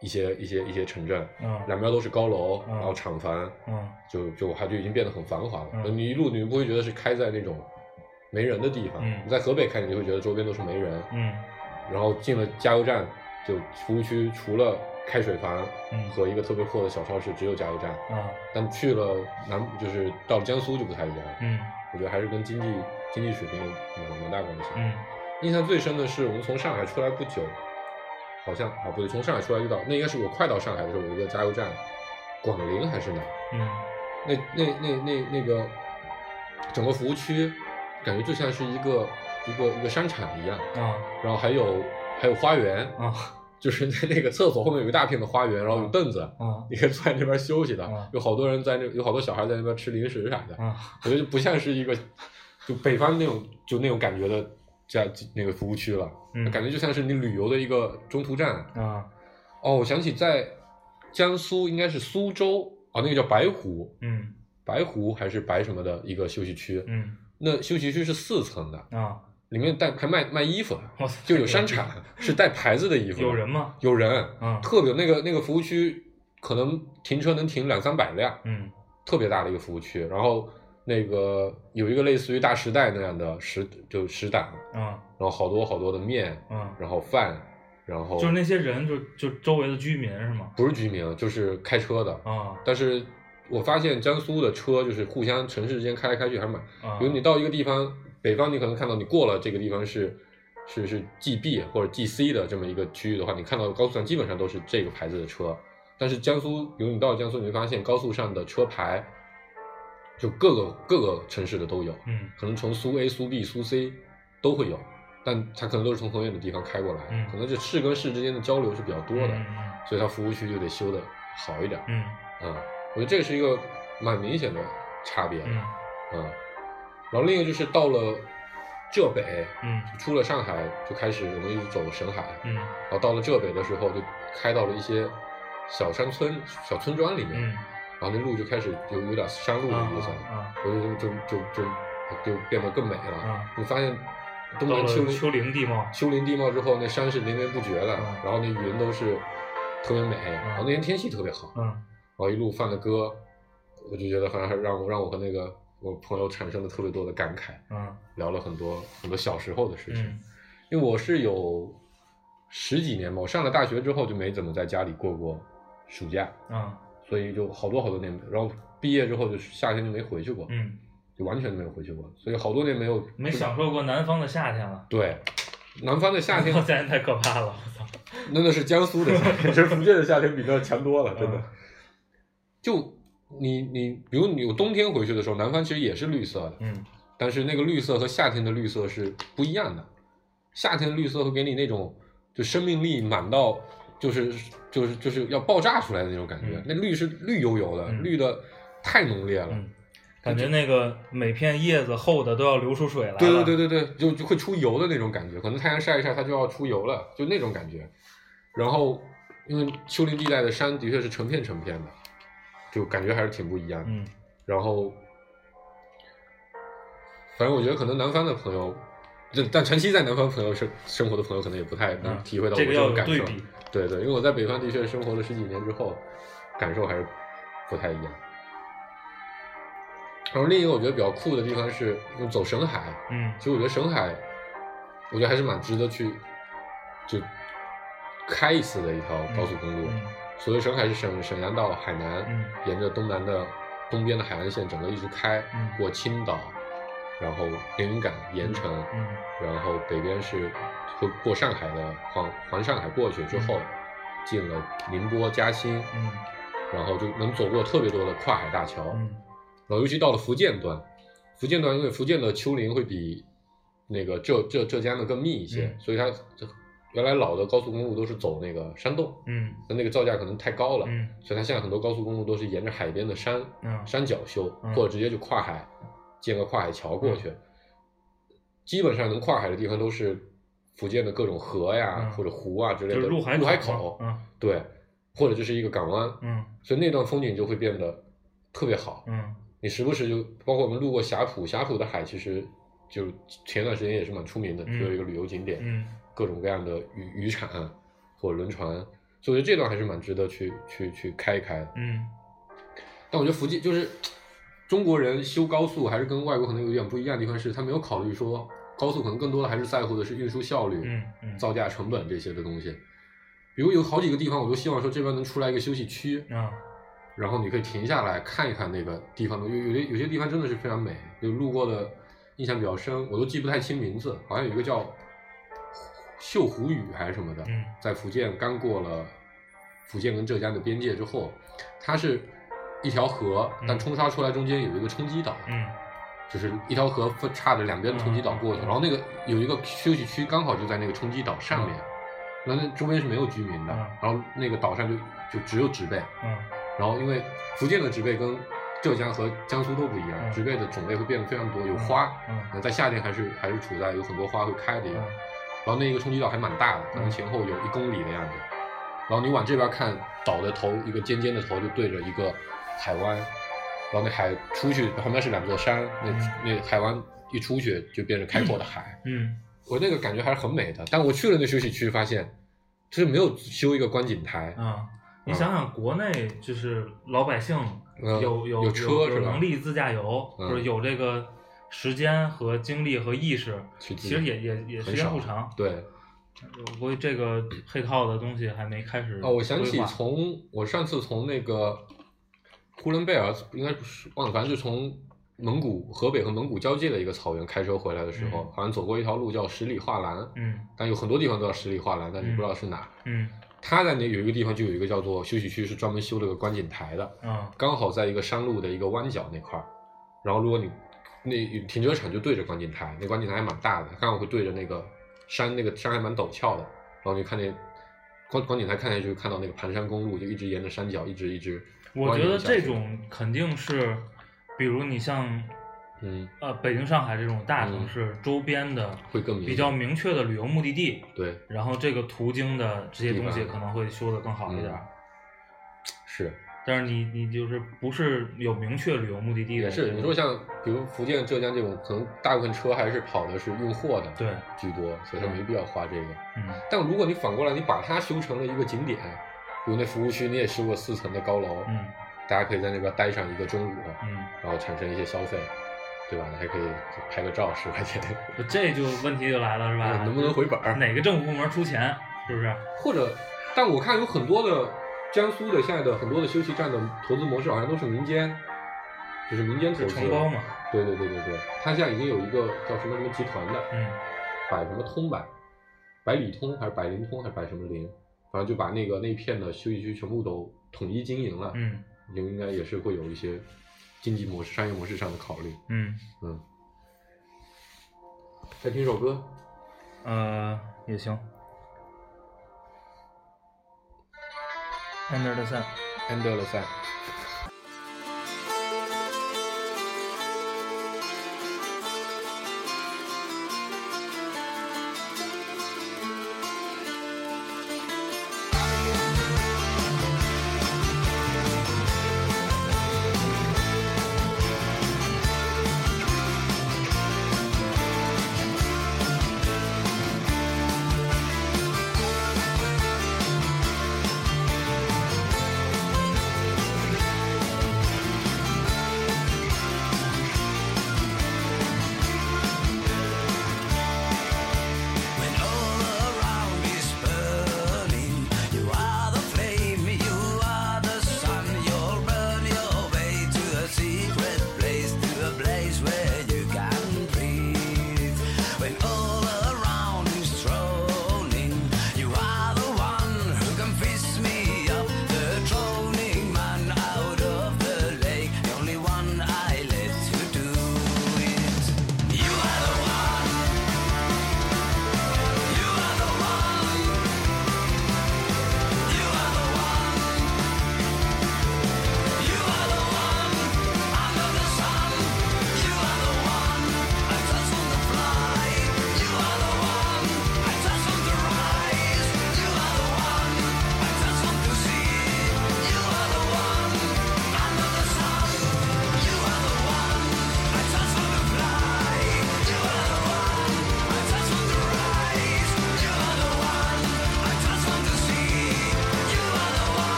一些一些一些城镇，嗯两边都是高楼，嗯然后厂房，嗯就就它就已经变得很繁华了。嗯你一路你不会觉得是开在那种没人的地方，嗯你在河北开你就会觉得周边都是没人，嗯然后进了加油站，就服务区除了开水房嗯和一个特别破的小超市，只有加油站。啊，但去了南，就是到了江苏就不太一样了。嗯我觉得还是跟经济经济水平有蛮蛮大关系。嗯印象最深的是我们从上海出来不久，好像啊不对，从上海出来遇到那应该是我快到上海的时候，有一个加油站，广陵还是哪儿？嗯那那那那那个整个服务区，感觉就像是一个一个一个商场一样，啊然后还有还有花园，啊就是 (laughs) 那那个厕所后面有一大片的花园，然后有凳子，啊你可以坐在那边休息啊的，有好多人在那，有好多小孩在那边吃零食啥的，啊，我觉得就不像是一个就北方那种就那种感觉的这样那个服务区了，嗯感觉就像是你旅游的一个中途站。啊哦，我想起在江苏应该是苏州啊，那个叫白湖，嗯白湖还是白什么的一个休息区，嗯那休息区是四层的，啊，里面带还卖卖衣服的，我操，就有商场，是带牌子的衣服，有人吗？有人，嗯特别那个那个服务区可能停车能停两三百辆，嗯特别大的一个服务区，然后那个有一个类似于大时代那样的食就食档，啊然后好多好多的面，啊，然后饭，然后就是那些人就就周围的居民是吗？不是居民，就是开车的，啊但是我发现江苏的车就是互相城市之间开来开去还是蛮，啊，比如你到一个地方，北方你可能看到你过了这个地方是。是是 GB 或者 GC 的这么一个区域的话，你看到高速上基本上都是这个牌子的车，但是江苏，比如你到了江苏，你会发现高速上的车牌，就各个各个城市的都有，嗯可能从苏 A、苏 B、苏 C 都会有，但它可能都是从很远的地方开过来，嗯可能这市跟市之间的交流是比较多的，嗯所以它服务区就得修的好一点。嗯嗯，我觉得这个是一个蛮明显的差别的。嗯嗯，然后另一个就是到了浙北，嗯出了上海就开始我们一直走沈海，嗯然后到了浙北的时候就开到了一些小山村、小村庄里面，嗯，然后那路就开始有有点山路的意思了。啊我就就就就就就变得更美了。嗯你发现东到南了丘陵丘陵地貌丘陵地貌之后，那山是连绵不绝的，嗯然后那云都是特别美，啊然后那天天气特别好，然嗯后一路放着歌，我就觉得好像还让我让我和那个我朋友产生了特别多的感慨，嗯聊了很多很多小时候的事情。嗯因为我是有十几年吧，我上了大学之后就没怎么在家里过过暑假，啊所以就好多好多年，然后毕业之后就是夏天就没回去过。嗯，就完全没有回去过，所以好多年没有没享受过南方的夏天了。对南方的夏天我，天太可怕了，我操！那那是江苏的夏 (laughs) 天，其实福建的夏天比那强多了，真的嗯。就你你，比如你有冬天回去的时候，南方其实也是绿色的，嗯但是那个绿色和夏天的绿色是不一样的。夏天的绿色会给你那种就生命力满到就是就是就是要爆炸出来的那种感觉，嗯那绿是绿油油的，嗯绿的太浓烈了。嗯，感觉那个每片叶子厚的都要流出水来了。对对对对对，就就会出油的那种感觉，可能太阳晒一晒它就要出油了，就那种感觉。然后，因为丘陵地带的山的确是成片成片的，就感觉还是挺不一样的。嗯然后，反正我觉得可能南方的朋友，但但长期在南方朋友生生活的朋友，可能也不太能嗯，体会到我这个要种有感受。对比。对对，因为我在北方的确生活了十几年之后，感受还是不太一样。然后另一个我觉得比较酷的地方是就走沈海，嗯其实我觉得沈海，我觉得还是蛮值得去就开一次的一条高速公路。嗯所谓沈海是沈沈阳到海南，嗯沿着东南的东边的海岸线整个一直开，嗯过青岛，然后连云港、盐城，嗯然后北边是会过上海的环环上海过去之后，进了宁波、嘉兴，嗯然后就能走过特别多的跨海大桥，嗯然后尤其到了福建端，福建端因为福建的丘陵会比那个浙浙浙江的更密一些，嗯所以它这原来老的高速公路都是走那个山洞，嗯那那个造价可能太高了，嗯所以它现在很多高速公路都是沿着海边的山嗯山脚修，嗯或者直接就跨海建个跨海桥过去。基本上能跨海的地方都是福建的各种河呀、嗯或者湖啊之类就的，是入海口，口嘛。对，或者就是一个港湾，嗯所以那段风景就会变得特别好。嗯嗯你时不时就包括我们路过霞浦，霞浦的海其实就前段时间也是蛮出名的，嗯作为一个旅游景点，嗯各种各样的渔渔产啊或者轮船，所以我觉得这段还是蛮值得去去去开一开的。嗯但我觉得福建就是中国人修高速还是跟外国可能有点不一样的地方是，他没有考虑说高速可能更多的还是在乎的是运输效率、嗯嗯造价成本这些的东西。比如有好几个地方，我都希望说这边能出来一个休息区，嗯然后你可以停下来看一看那个地方的，有有些有些地方真的是非常美，就路过的印象比较深，我都记不太清名字，好像有一个叫秀湖屿还是什么的，嗯在福建刚过了福建跟浙江的边界之后，它是一条河，但嗯冲刷出来中间有一个冲击岛，嗯就是一条河分叉着两边冲击岛过嗯去，嗯嗯然后那个有一个休息区刚好就在那个冲击岛上面，那那周边是没有居民的，嗯然后那个岛上就就只有植被，嗯然后因为福建的植被跟浙江和江苏都不一样，嗯植被的种类会变得非常多，有花，嗯那在夏天还是还是处在有很多花会开的一个，嗯然后那一个冲击岛还蛮大的，可能前后有一公里的样子，然后你往这边看，岛的头一个尖尖的头就对着一个海湾，然后那海出去旁边是两座山，那、那海湾一出去就变成开阔的海，嗯我那个感觉还是很美的，但我去了那休息区发现，就是没有修一个观景台，嗯，你想想国内就是老百姓嗯有有有车是有吧能力自驾游，嗯或者有这个时间和精力和意识，去其自实己也也也时很间少不长。对。我估计这个配套的东西还没开始哦，我想嗯起规划从我上次从那个呼伦贝尔，应该不是忘了，反正就从蒙古、河北和蒙古交界的一个草原开车回来的时候，嗯好像走过一条路叫十里画廊，嗯但有很多地方都叫十里画廊，但你嗯不知道是哪。嗯它在那有一个地方就有一个叫做休息区，是专门修了个观景台的，嗯刚好在一个山路的一个弯角那块儿。然后如果你那停车场就对着观景台，那观景台还蛮大的，刚好会对着那个山，那个山还蛮陡峭的。然后你看那观观景台看下去，就看到那个盘山公路，就一直沿着山脚一直一直我蜿觉蜒得下去这种肯定是，比如你像嗯呃北京、上海这种大城市、周边的会更明显比较明确的旅游目的地，对然后这个途经的这些东西地方可能会修得更好一点。嗯是但是你你就是不是有明确旅游目的地的，也是。你说像比如福建、浙江这种，可能大部分车还是跑的是运货的对，居多，所以它没必要花这个。嗯但如果你反过来，你把它修成了一个景点，比如那服务区你也修个四层的高楼，嗯大家可以在那边待上一个中午，嗯，然后产生一些消费，对吧？你还可以拍个照，十块钱， (laughs) 这就问题就来了是吧？哎能不能回本儿？哪个政府部门出钱？是不是？或者，但我看有很多的江苏的现在的很多的休息站的投资模式好像都是民间，就是民间投就资承包嘛。对对对对对，它现在已经有一个叫什么什么集团的，嗯百什么通百，百里通还是百灵通还是百什么灵，反正就把那个那片的休息区全部都统一经营了，嗯就应该也是会有一些经济模式、商业模式上的考虑。嗯，嗯，再听首歌，呃，也行。Under the sun， 《Under the Sun》。 Under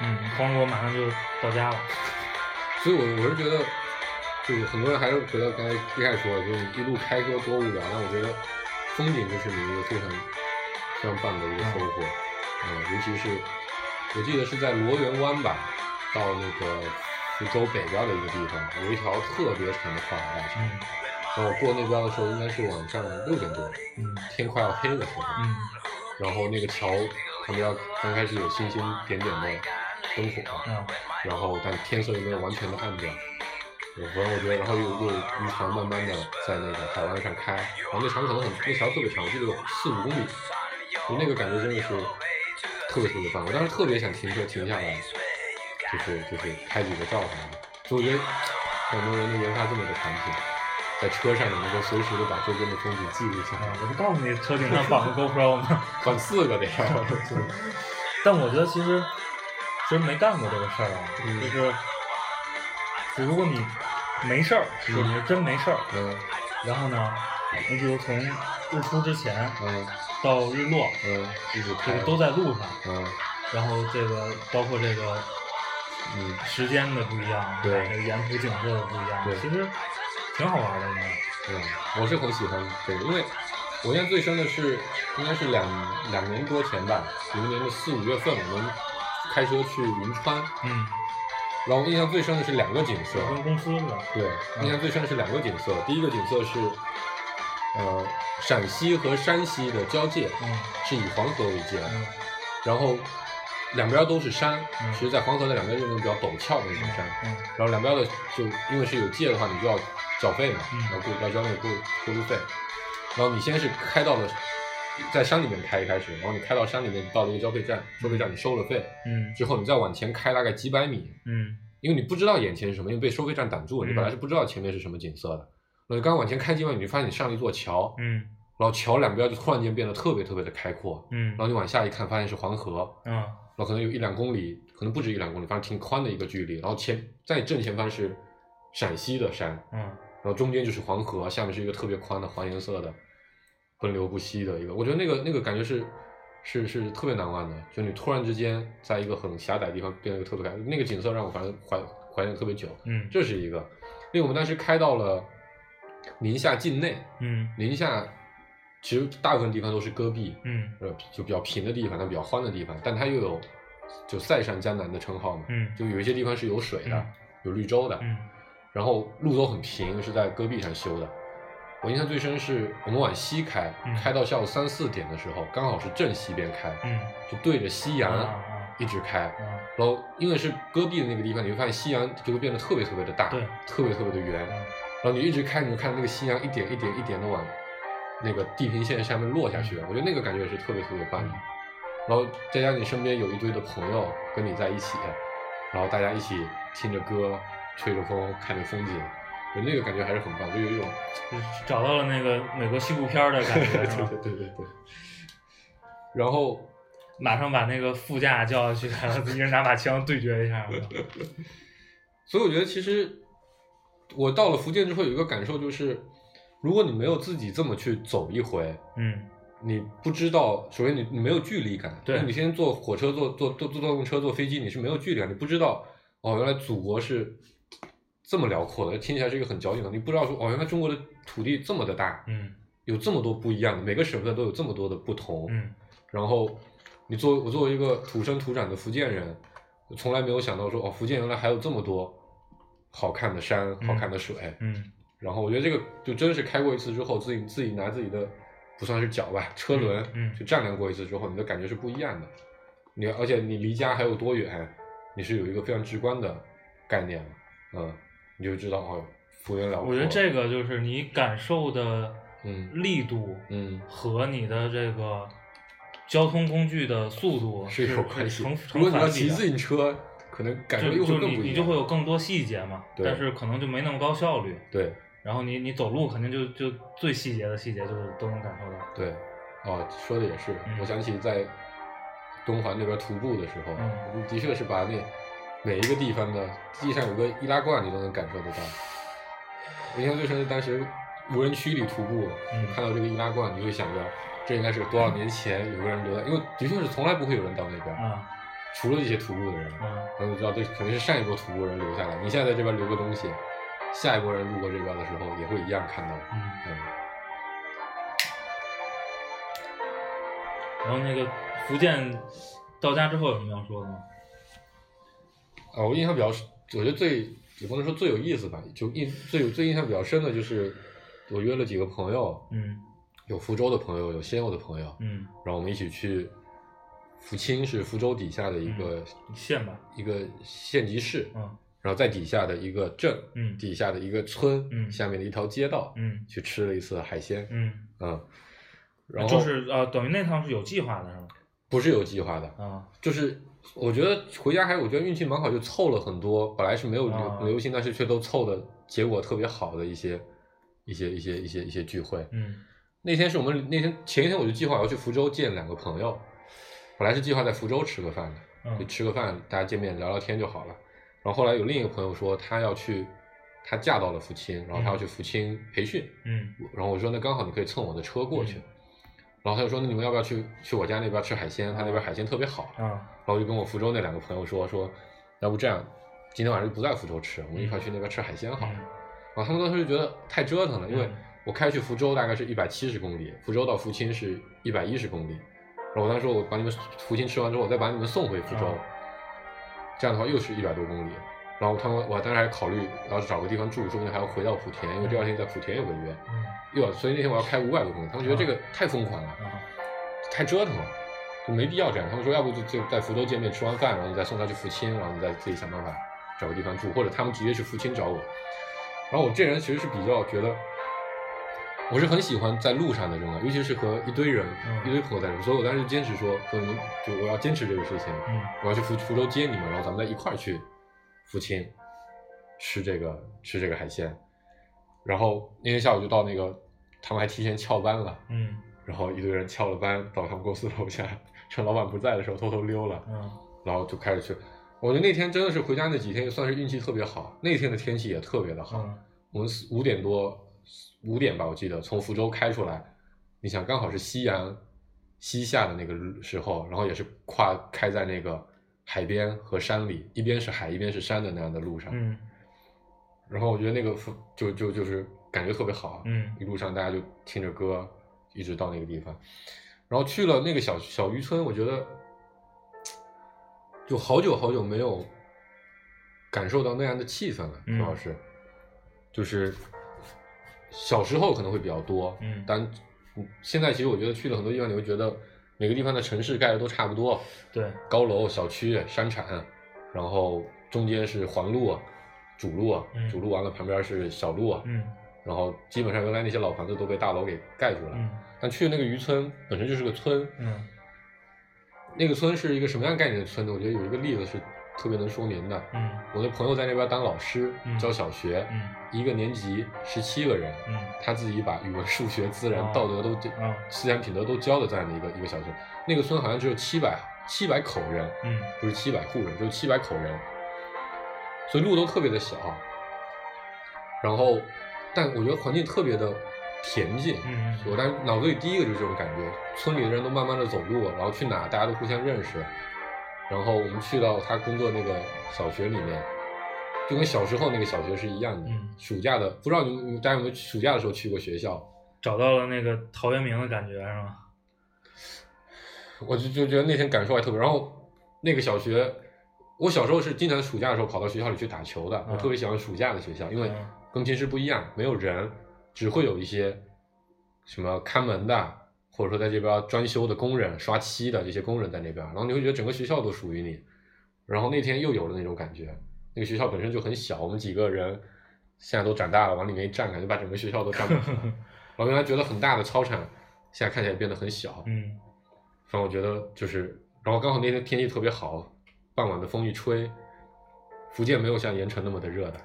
嗯，光哥马上就到家了。所以我我是觉得，就是很多人还是回到刚才一开始说的，就是你一路开车多无聊，但我觉得风景就是你一个非常非常棒的一个收获，啊、尤其是我记得是在罗源湾吧，到那个福州北边的一个地方，有一条特别长的跨海大桥，嗯然后我过那边的时候应该是晚上六点多，嗯天快要黑的时候，嗯然后那个桥旁边刚开始有星星点点的灯火，啊嗯然后但天色又没有完全的暗掉，我反正我觉得，然后又又渔船慢慢的在那个海湾上开，然后那船可能很那桥特别长，我记得有四五公里，就那个感觉真的是特别特别棒，我当时特别想停车停下来，就是就是拍几个照什么的，所以我觉得很多人能研发这么一个产品，在车上能够随时的把周边的风景记录下哎来，我不告诉你车顶上绑个 GoPro 吗？管四个得啊要， (laughs) 但我觉得其实其实没干过这个事儿啊，嗯就是就如果你没事儿，就你是真没事儿，嗯然后呢，你比如从日出之前嗯到日落，嗯，一直这拍个，都在路上，嗯然后这个包括这个嗯。时间的不一样，对这个沿途景色的不一样，对其实挺好玩的，应该。对，我是很喜欢这个，因为我印象最深的是，应该是两两年多前吧，零年的四五月份，我们开车去银川，嗯，然后我印象最深的是两个景色，我跟公司是吧？对，印象最深的是两个景色，第一个景色是，呃，陕西和山西的交界，嗯是以黄河为界，嗯然后两边都是山，嗯其实在黄河的两边就是那种比较陡峭的那种山，嗯然后两边的就因为是有界的话，你就要缴费嘛，嗯然后过要交那个过过路费。然后你先是开到了在山里面开一开始，然后你开到山里面，你到了一个交费站，收费站你收了费嗯之后，你再往前开大概几百米，嗯因为你不知道眼前是什么，因为被收费站挡住了，你嗯本来是不知道前面是什么景色的。那你刚往前开几百米，你发现你上了一座桥，嗯然后桥两边就突然间变得特别特别的开阔，嗯然后你往下一看，发现是黄河，嗯然后可能有一两公里，可能不止一两公里，反正挺宽的一个距离。然后前在正前方是陕西的山，嗯然后中间就是黄河，下面是一个特别宽的黄颜色的，奔流不息的一个。我觉得那个那个感觉是是是特别难忘的，就你突然之间在一个很狭窄的地方变得一个特别开，那个景色让我反正怀怀念特别久。嗯这是一个，因为我们当时开到了宁夏境内，嗯宁夏其实大部分地方都是戈壁，嗯呃，就比较平的地方，但比较欢的地方，但它又有就塞上江南的称号嘛，嗯就有一些地方是有水的，嗯有绿洲的，嗯然后路都很平，是在戈壁上修的。我印象最深是我们往西开，嗯开到下午三四点的时候，刚好是正西边开，嗯就对着夕阳啊一直开。啊然后因为是戈壁的那个地方，你会发现夕阳就会变得特别特别的大，对特别特别的圆。然后你一直看，你就看那个夕阳一点一点一点的往那个地平线下面落下去，我觉得那个感觉也是特别特别棒的。然后再加上你身边有一堆的朋友跟你在一起，然后大家一起听着歌，吹着风，看着风景，我觉得那个感觉还是很棒，就有一种就是找到了那个美国西部片儿的感觉，是吧对对对对。然后马上把那个副驾叫下去，然后一人拿把枪对决一下。 (laughs) 是吧所以我觉得，其实我到了福建之后，有一个感受就是，如果你没有自己这么去走一回，嗯你不知道，首先你你没有距离感，对因为你先坐火车、坐坐坐坐坐动车、坐飞机，你是没有距离感，你不知道哦，原来祖国是这么辽阔的，听起来是一个很矫情的，你不知道说哦，原来中国的土地这么的大，嗯有这么多不一样的，每个省份都有这么多的不同，嗯然后你作为我作为一个土生土长的福建人，从来没有想到说哦，福建原来还有这么多好看的山、嗯好看的水。嗯然后我觉得这个就真是开过一次之后，自己自己拿自己的不算是脚吧，车轮嗯嗯去丈量过一次之后，你的感觉是不一样的。你而且你离家还有多远，你是有一个非常直观的概念的，嗯，你就知道哦，幅员辽阔。我觉得这个就是你感受的嗯力度嗯和你的这个交通工具的速度是有关系成。如成果你要反比骑的。自行车，可能感觉就又就会更你不一你样。就会有更多细节嘛，对但是可能就没那么高效率。对然后你你走路肯定就就最细节的细节就是都能感受到。对，哦，说的也是，嗯我想起在东环那边徒步的时候，嗯我的确是把那每一个地方的地上有个易拉罐，你都能感受得到。我印象最深是当时无人区里徒步，嗯看到这个易拉罐，你就会想着这应该是多少年前有个人留在，因为的确是从来不会有人到那边，啊，除了这些徒步的人，嗯然后就知道这肯定是上一波徒步人留下来。你现在在这边留个东西，下一波人路过这边的时候也会一样看到。嗯，嗯，然后那个福建到家之后有什么要说的吗？啊，我印象比较，我觉得最也不能说最有意思吧，就印最有最印象比较深的就是我约了几个朋友，嗯有福州的朋友，有仙游的朋友，嗯，然后我们一起去福清，是福州底下的一个、县嗯吧，一个县级市，嗯然后在底下的一个镇，嗯底下的一个村，嗯下面的一条街道，嗯去吃了一次海鲜，嗯，嗯，然后就是呃，等于那趟是有计划的是吗？不是有计划的，啊，就是我觉得回家还我觉得运气蛮好，就凑了很多本来是没有流、啊流行，但是却都凑的结果特别好的一些一些一些一些一些聚会。嗯那天是我们那天前一天我就计划我要去福州见两个朋友，本来是计划在福州吃个饭的，就嗯吃个饭大家见面聊聊天就好了。然后后来有另一个朋友说他要去，她嫁到了福清，然后她要去福清培训，嗯然后我说那刚好你可以蹭我的车过去。嗯然后他就说：“那你们要不要去去我家那边吃海鲜？他那边海鲜特别好。啊然后我就跟我福州那两个朋友说说，要不这样，今天晚上就不在福州吃，我们一块去那边吃海鲜啊好了。嗯然后他们当时就觉得太折腾了，因为嗯我开去福州大概是一百七十公里，福州到福清是一百一十公里。然后我当时说我把你们福清吃完之后，我再把你们送回福州，嗯这样的话又是一百多公里。然后他们我当时还考虑，要是找个地方住，说不定还要回到莆田，因为第二天在莆田有个约，嗯又要所以那天我要开五百多公里，他们觉得这个太疯狂了。啊太折腾了，就没必要这样。他们说，要不就就在福州见面吃完饭，然后你再送他去福清，然后你再自己想办法找个地方住，或者他们直接去福清找我。然后我这人其实是比较觉得，我是很喜欢在路上的人啊，尤其是和一堆人、嗯一堆朋友在这，所以我当时就坚持说，说你就我要坚持这个事情，嗯我要去福福州接你们，然后咱们再一块儿去福清吃这个吃这个海鲜。然后那天下午就到那个，他们还提前翘班了。嗯然后一堆人翘了班到他们公司楼下，趁老板不在的时候偷偷溜了，嗯然后就开始去。我觉得那天真的是回家那几天也算是运气特别好，那天的天气也特别的好。嗯我们四五点多，五点吧，我记得从福州开出来，你想刚好是夕阳西下的那个时候，然后也是跨开在那个海边和山里，一边是海一边是山的那样的路上。嗯然后我觉得那个福就就就是感觉特别好，啊嗯一路上大家就听着歌，一直到那个地方，然后去了那个小小渔村，我觉得就好久好久没有感受到那样的气氛了，嗯主要是就是小时候可能会比较多，嗯但现在其实我觉得去了很多地方，你会觉得每个地方的城市盖的都差不多，对，高楼、小区、山产，然后中间是环路、啊主路，啊嗯主路完了旁边是小路，啊嗯然后基本上原来那些老房子都被大楼给盖住了。嗯但去那个渔村本身就是个村，嗯那个村是一个什么样概念的村呢？我觉得有一个例子是特别能说明的。嗯我的朋友在那边当老师，嗯教小学，嗯一个年级十七个人，嗯他自己把语文、数学、自然、啊道德都教、啊思想品德都教的这样的一个一个小村。那个村好像只有七百七百口人，嗯不是七百户人，就是七百口人，所以路都特别的小。然后，但我觉得环境特别的恬静。嗯我当时脑子里第一个就是这种感觉，村里的人都慢慢的走路，然后去哪大家都互相认识。然后我们去到他工作那个小学里面，就跟小时候那个小学是一样的。嗯暑假的不知道你们大家有没有暑假的时候去过学校？找到了那个陶渊明的感觉是吗？我就就觉得那天感受还特别。然后那个小学，我小时候是经常暑假的时候跑到学校里去打球的，我嗯特别喜欢暑假的学校，因为嗯跟平时不一样，没有人，只会有一些什么看门的，或者说在这边装修的工人、刷漆的这些工人在那边，然后你会觉得整个学校都属于你。然后那天又有了那种感觉，那个学校本身就很小，我们几个人现在都长大了，往里面一站，感觉把整个学校都占满 (laughs) 了。然后原来觉得很大的操场，现在看起来变得很小。嗯让我觉得就是，然后刚好那天天气特别好，傍晚的风一吹，福建没有像盐城那么的热的。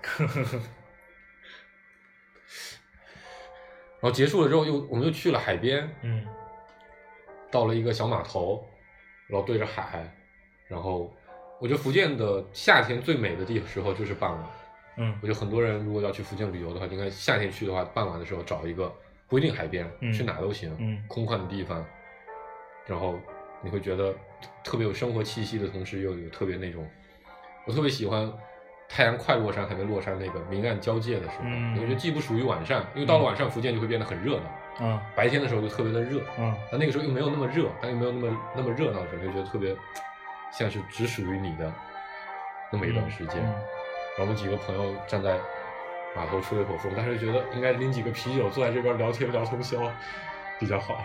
然后结束了之后又，我们又去了海边，嗯到了一个小码头，然后对着海，然后我觉得福建的夏天最美的地时候就是傍晚。嗯我觉得很多人如果要去福建旅游的话，应该夏天去的话，傍晚的时候找一个不一定海边，嗯去哪都行，嗯空旷的地方，然后你会觉得特别有生活气息的同时，又有特别那种，我特别喜欢太阳快落山还没落山那个明暗交界的时候，嗯你会觉得既不属于晚上，因为到了晚上福建就会变得很热闹，嗯白天的时候就特别的热，嗯但那个时候又没有那么热，但又没有那么那么热闹的时候，你就觉得特别像是只属于你的那么一段时间。嗯然后我们几个朋友站在码头吹了口风，但是觉得应该拎几个啤酒坐在这边聊天聊通宵比较好。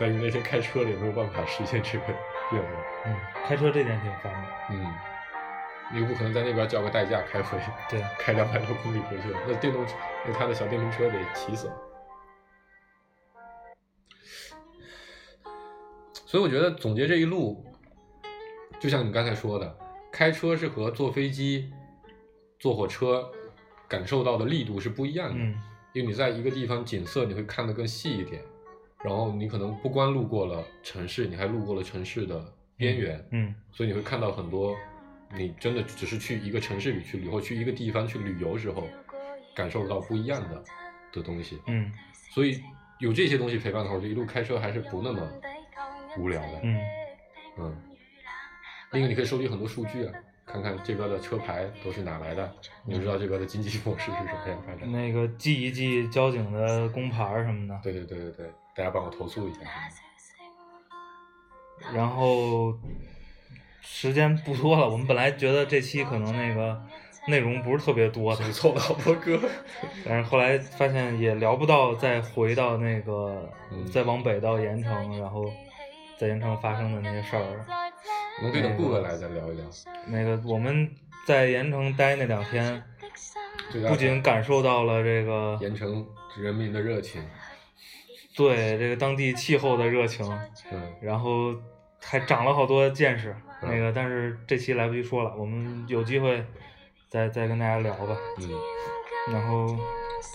但因为那天开车了，也没有办法实现这个愿望。嗯，开车这点挺烦的，嗯，你又不可能在那边叫个代驾开回，对，开两百多公里回去，那电动车，那他的小电瓶车得骑死了。所以我觉得总结这一路，就像你刚才说的，开车是和坐飞机、坐火车感受到的力度是不一样的。嗯因为你在一个地方景色你会看得更细一点，然后你可能不光路过了城市，你还路过了城市的边缘，嗯所以你会看到很多你真的只是去一个城市里去旅或去一个地方去旅游时候感受到不一样的的东西。嗯所以有这些东西陪伴的话，我觉得一路开车还是不那么无聊的。嗯嗯，另一个你可以收集很多数据啊，看看这边的车牌都是哪来的，你就知道这边的经济模式是什么样发展的。那个记一记交警的工牌儿什么的，对对对对对，大家帮我投诉一下。然后时间不多了，我们本来觉得这期可能那个内容不是特别多的，走错了，波哥。但是后来发现也聊不到，再回到那个，嗯再往北到盐城，然后在盐城发生的那些事儿。我们可以等顾哥来再聊一聊。那个我们在盐城待那两天，最大的不仅感受到了这个盐城人民的热情，对这个当地气候的热情，嗯，然后还长了好多见识。嗯那个但是这期来不及说了，我们有机会再再跟大家聊吧。嗯，然后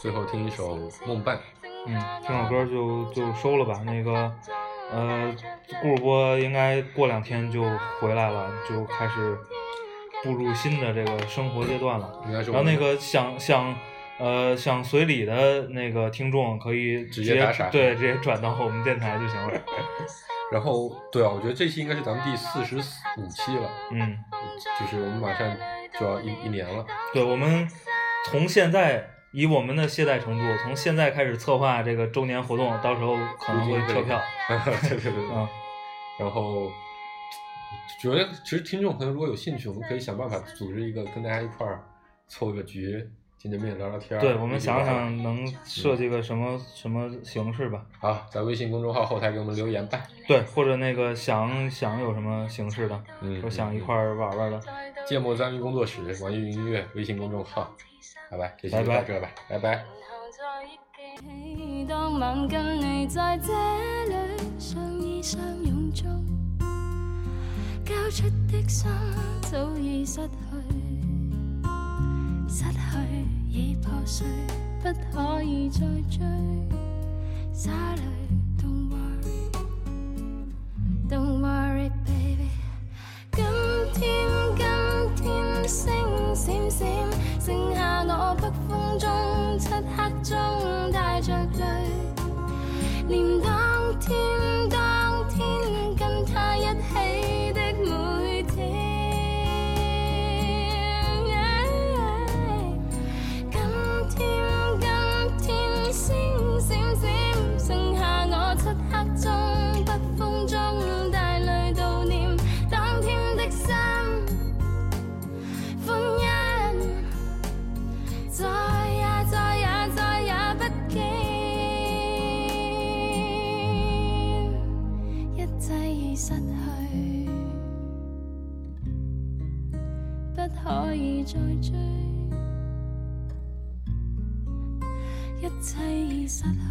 最后听一首《梦伴》，嗯，这首歌就就收了吧。那个，呃，顾主播应该过两天就回来了，就开始步入新的这个生活阶段了。应该是然我后们那个想想，呃，想随礼的那个听众可以直直接打赏对，直接转到我们电台就行 (laughs) 了。然后对啊，我觉得这期应该是咱们第四十五期了， (laughs) 嗯，就是我们马上就要一一年了，对，我们从现在以我们的懈怠程度，从现在开始策划这个周年活动，到时候可能会车票。对对对对，嗯，然后觉得其实听众朋友如果有兴趣，我们可以想办法组织一个跟大家一块儿凑个局，见见面聊聊天儿。对，我们一起想玩儿想能设计个什么什么形式吧。好，在微信公众号后台给我们留言吧。对，或者那个想想有什么形式的，嗯说想一块儿玩玩的，芥末章鱼工作室、网易云音乐、微信公众号，好吧，这期就到这吧，拜拜起，当晚跟你在这里相依相拥中，交出的心早已失去，失去已破碎，不可以再追。Sorry, don't worry, don't worry, baby. 今天今天星閃閃，剩下我北風中漆黑中帶着淚，連當天當天跟他一起的每天。今天今天星閃閃，剩下我漆黑中北風中帶淚悼念當天的心，歡欣，再也再也再也不見，一切已失去，不可以再追。一切已失去。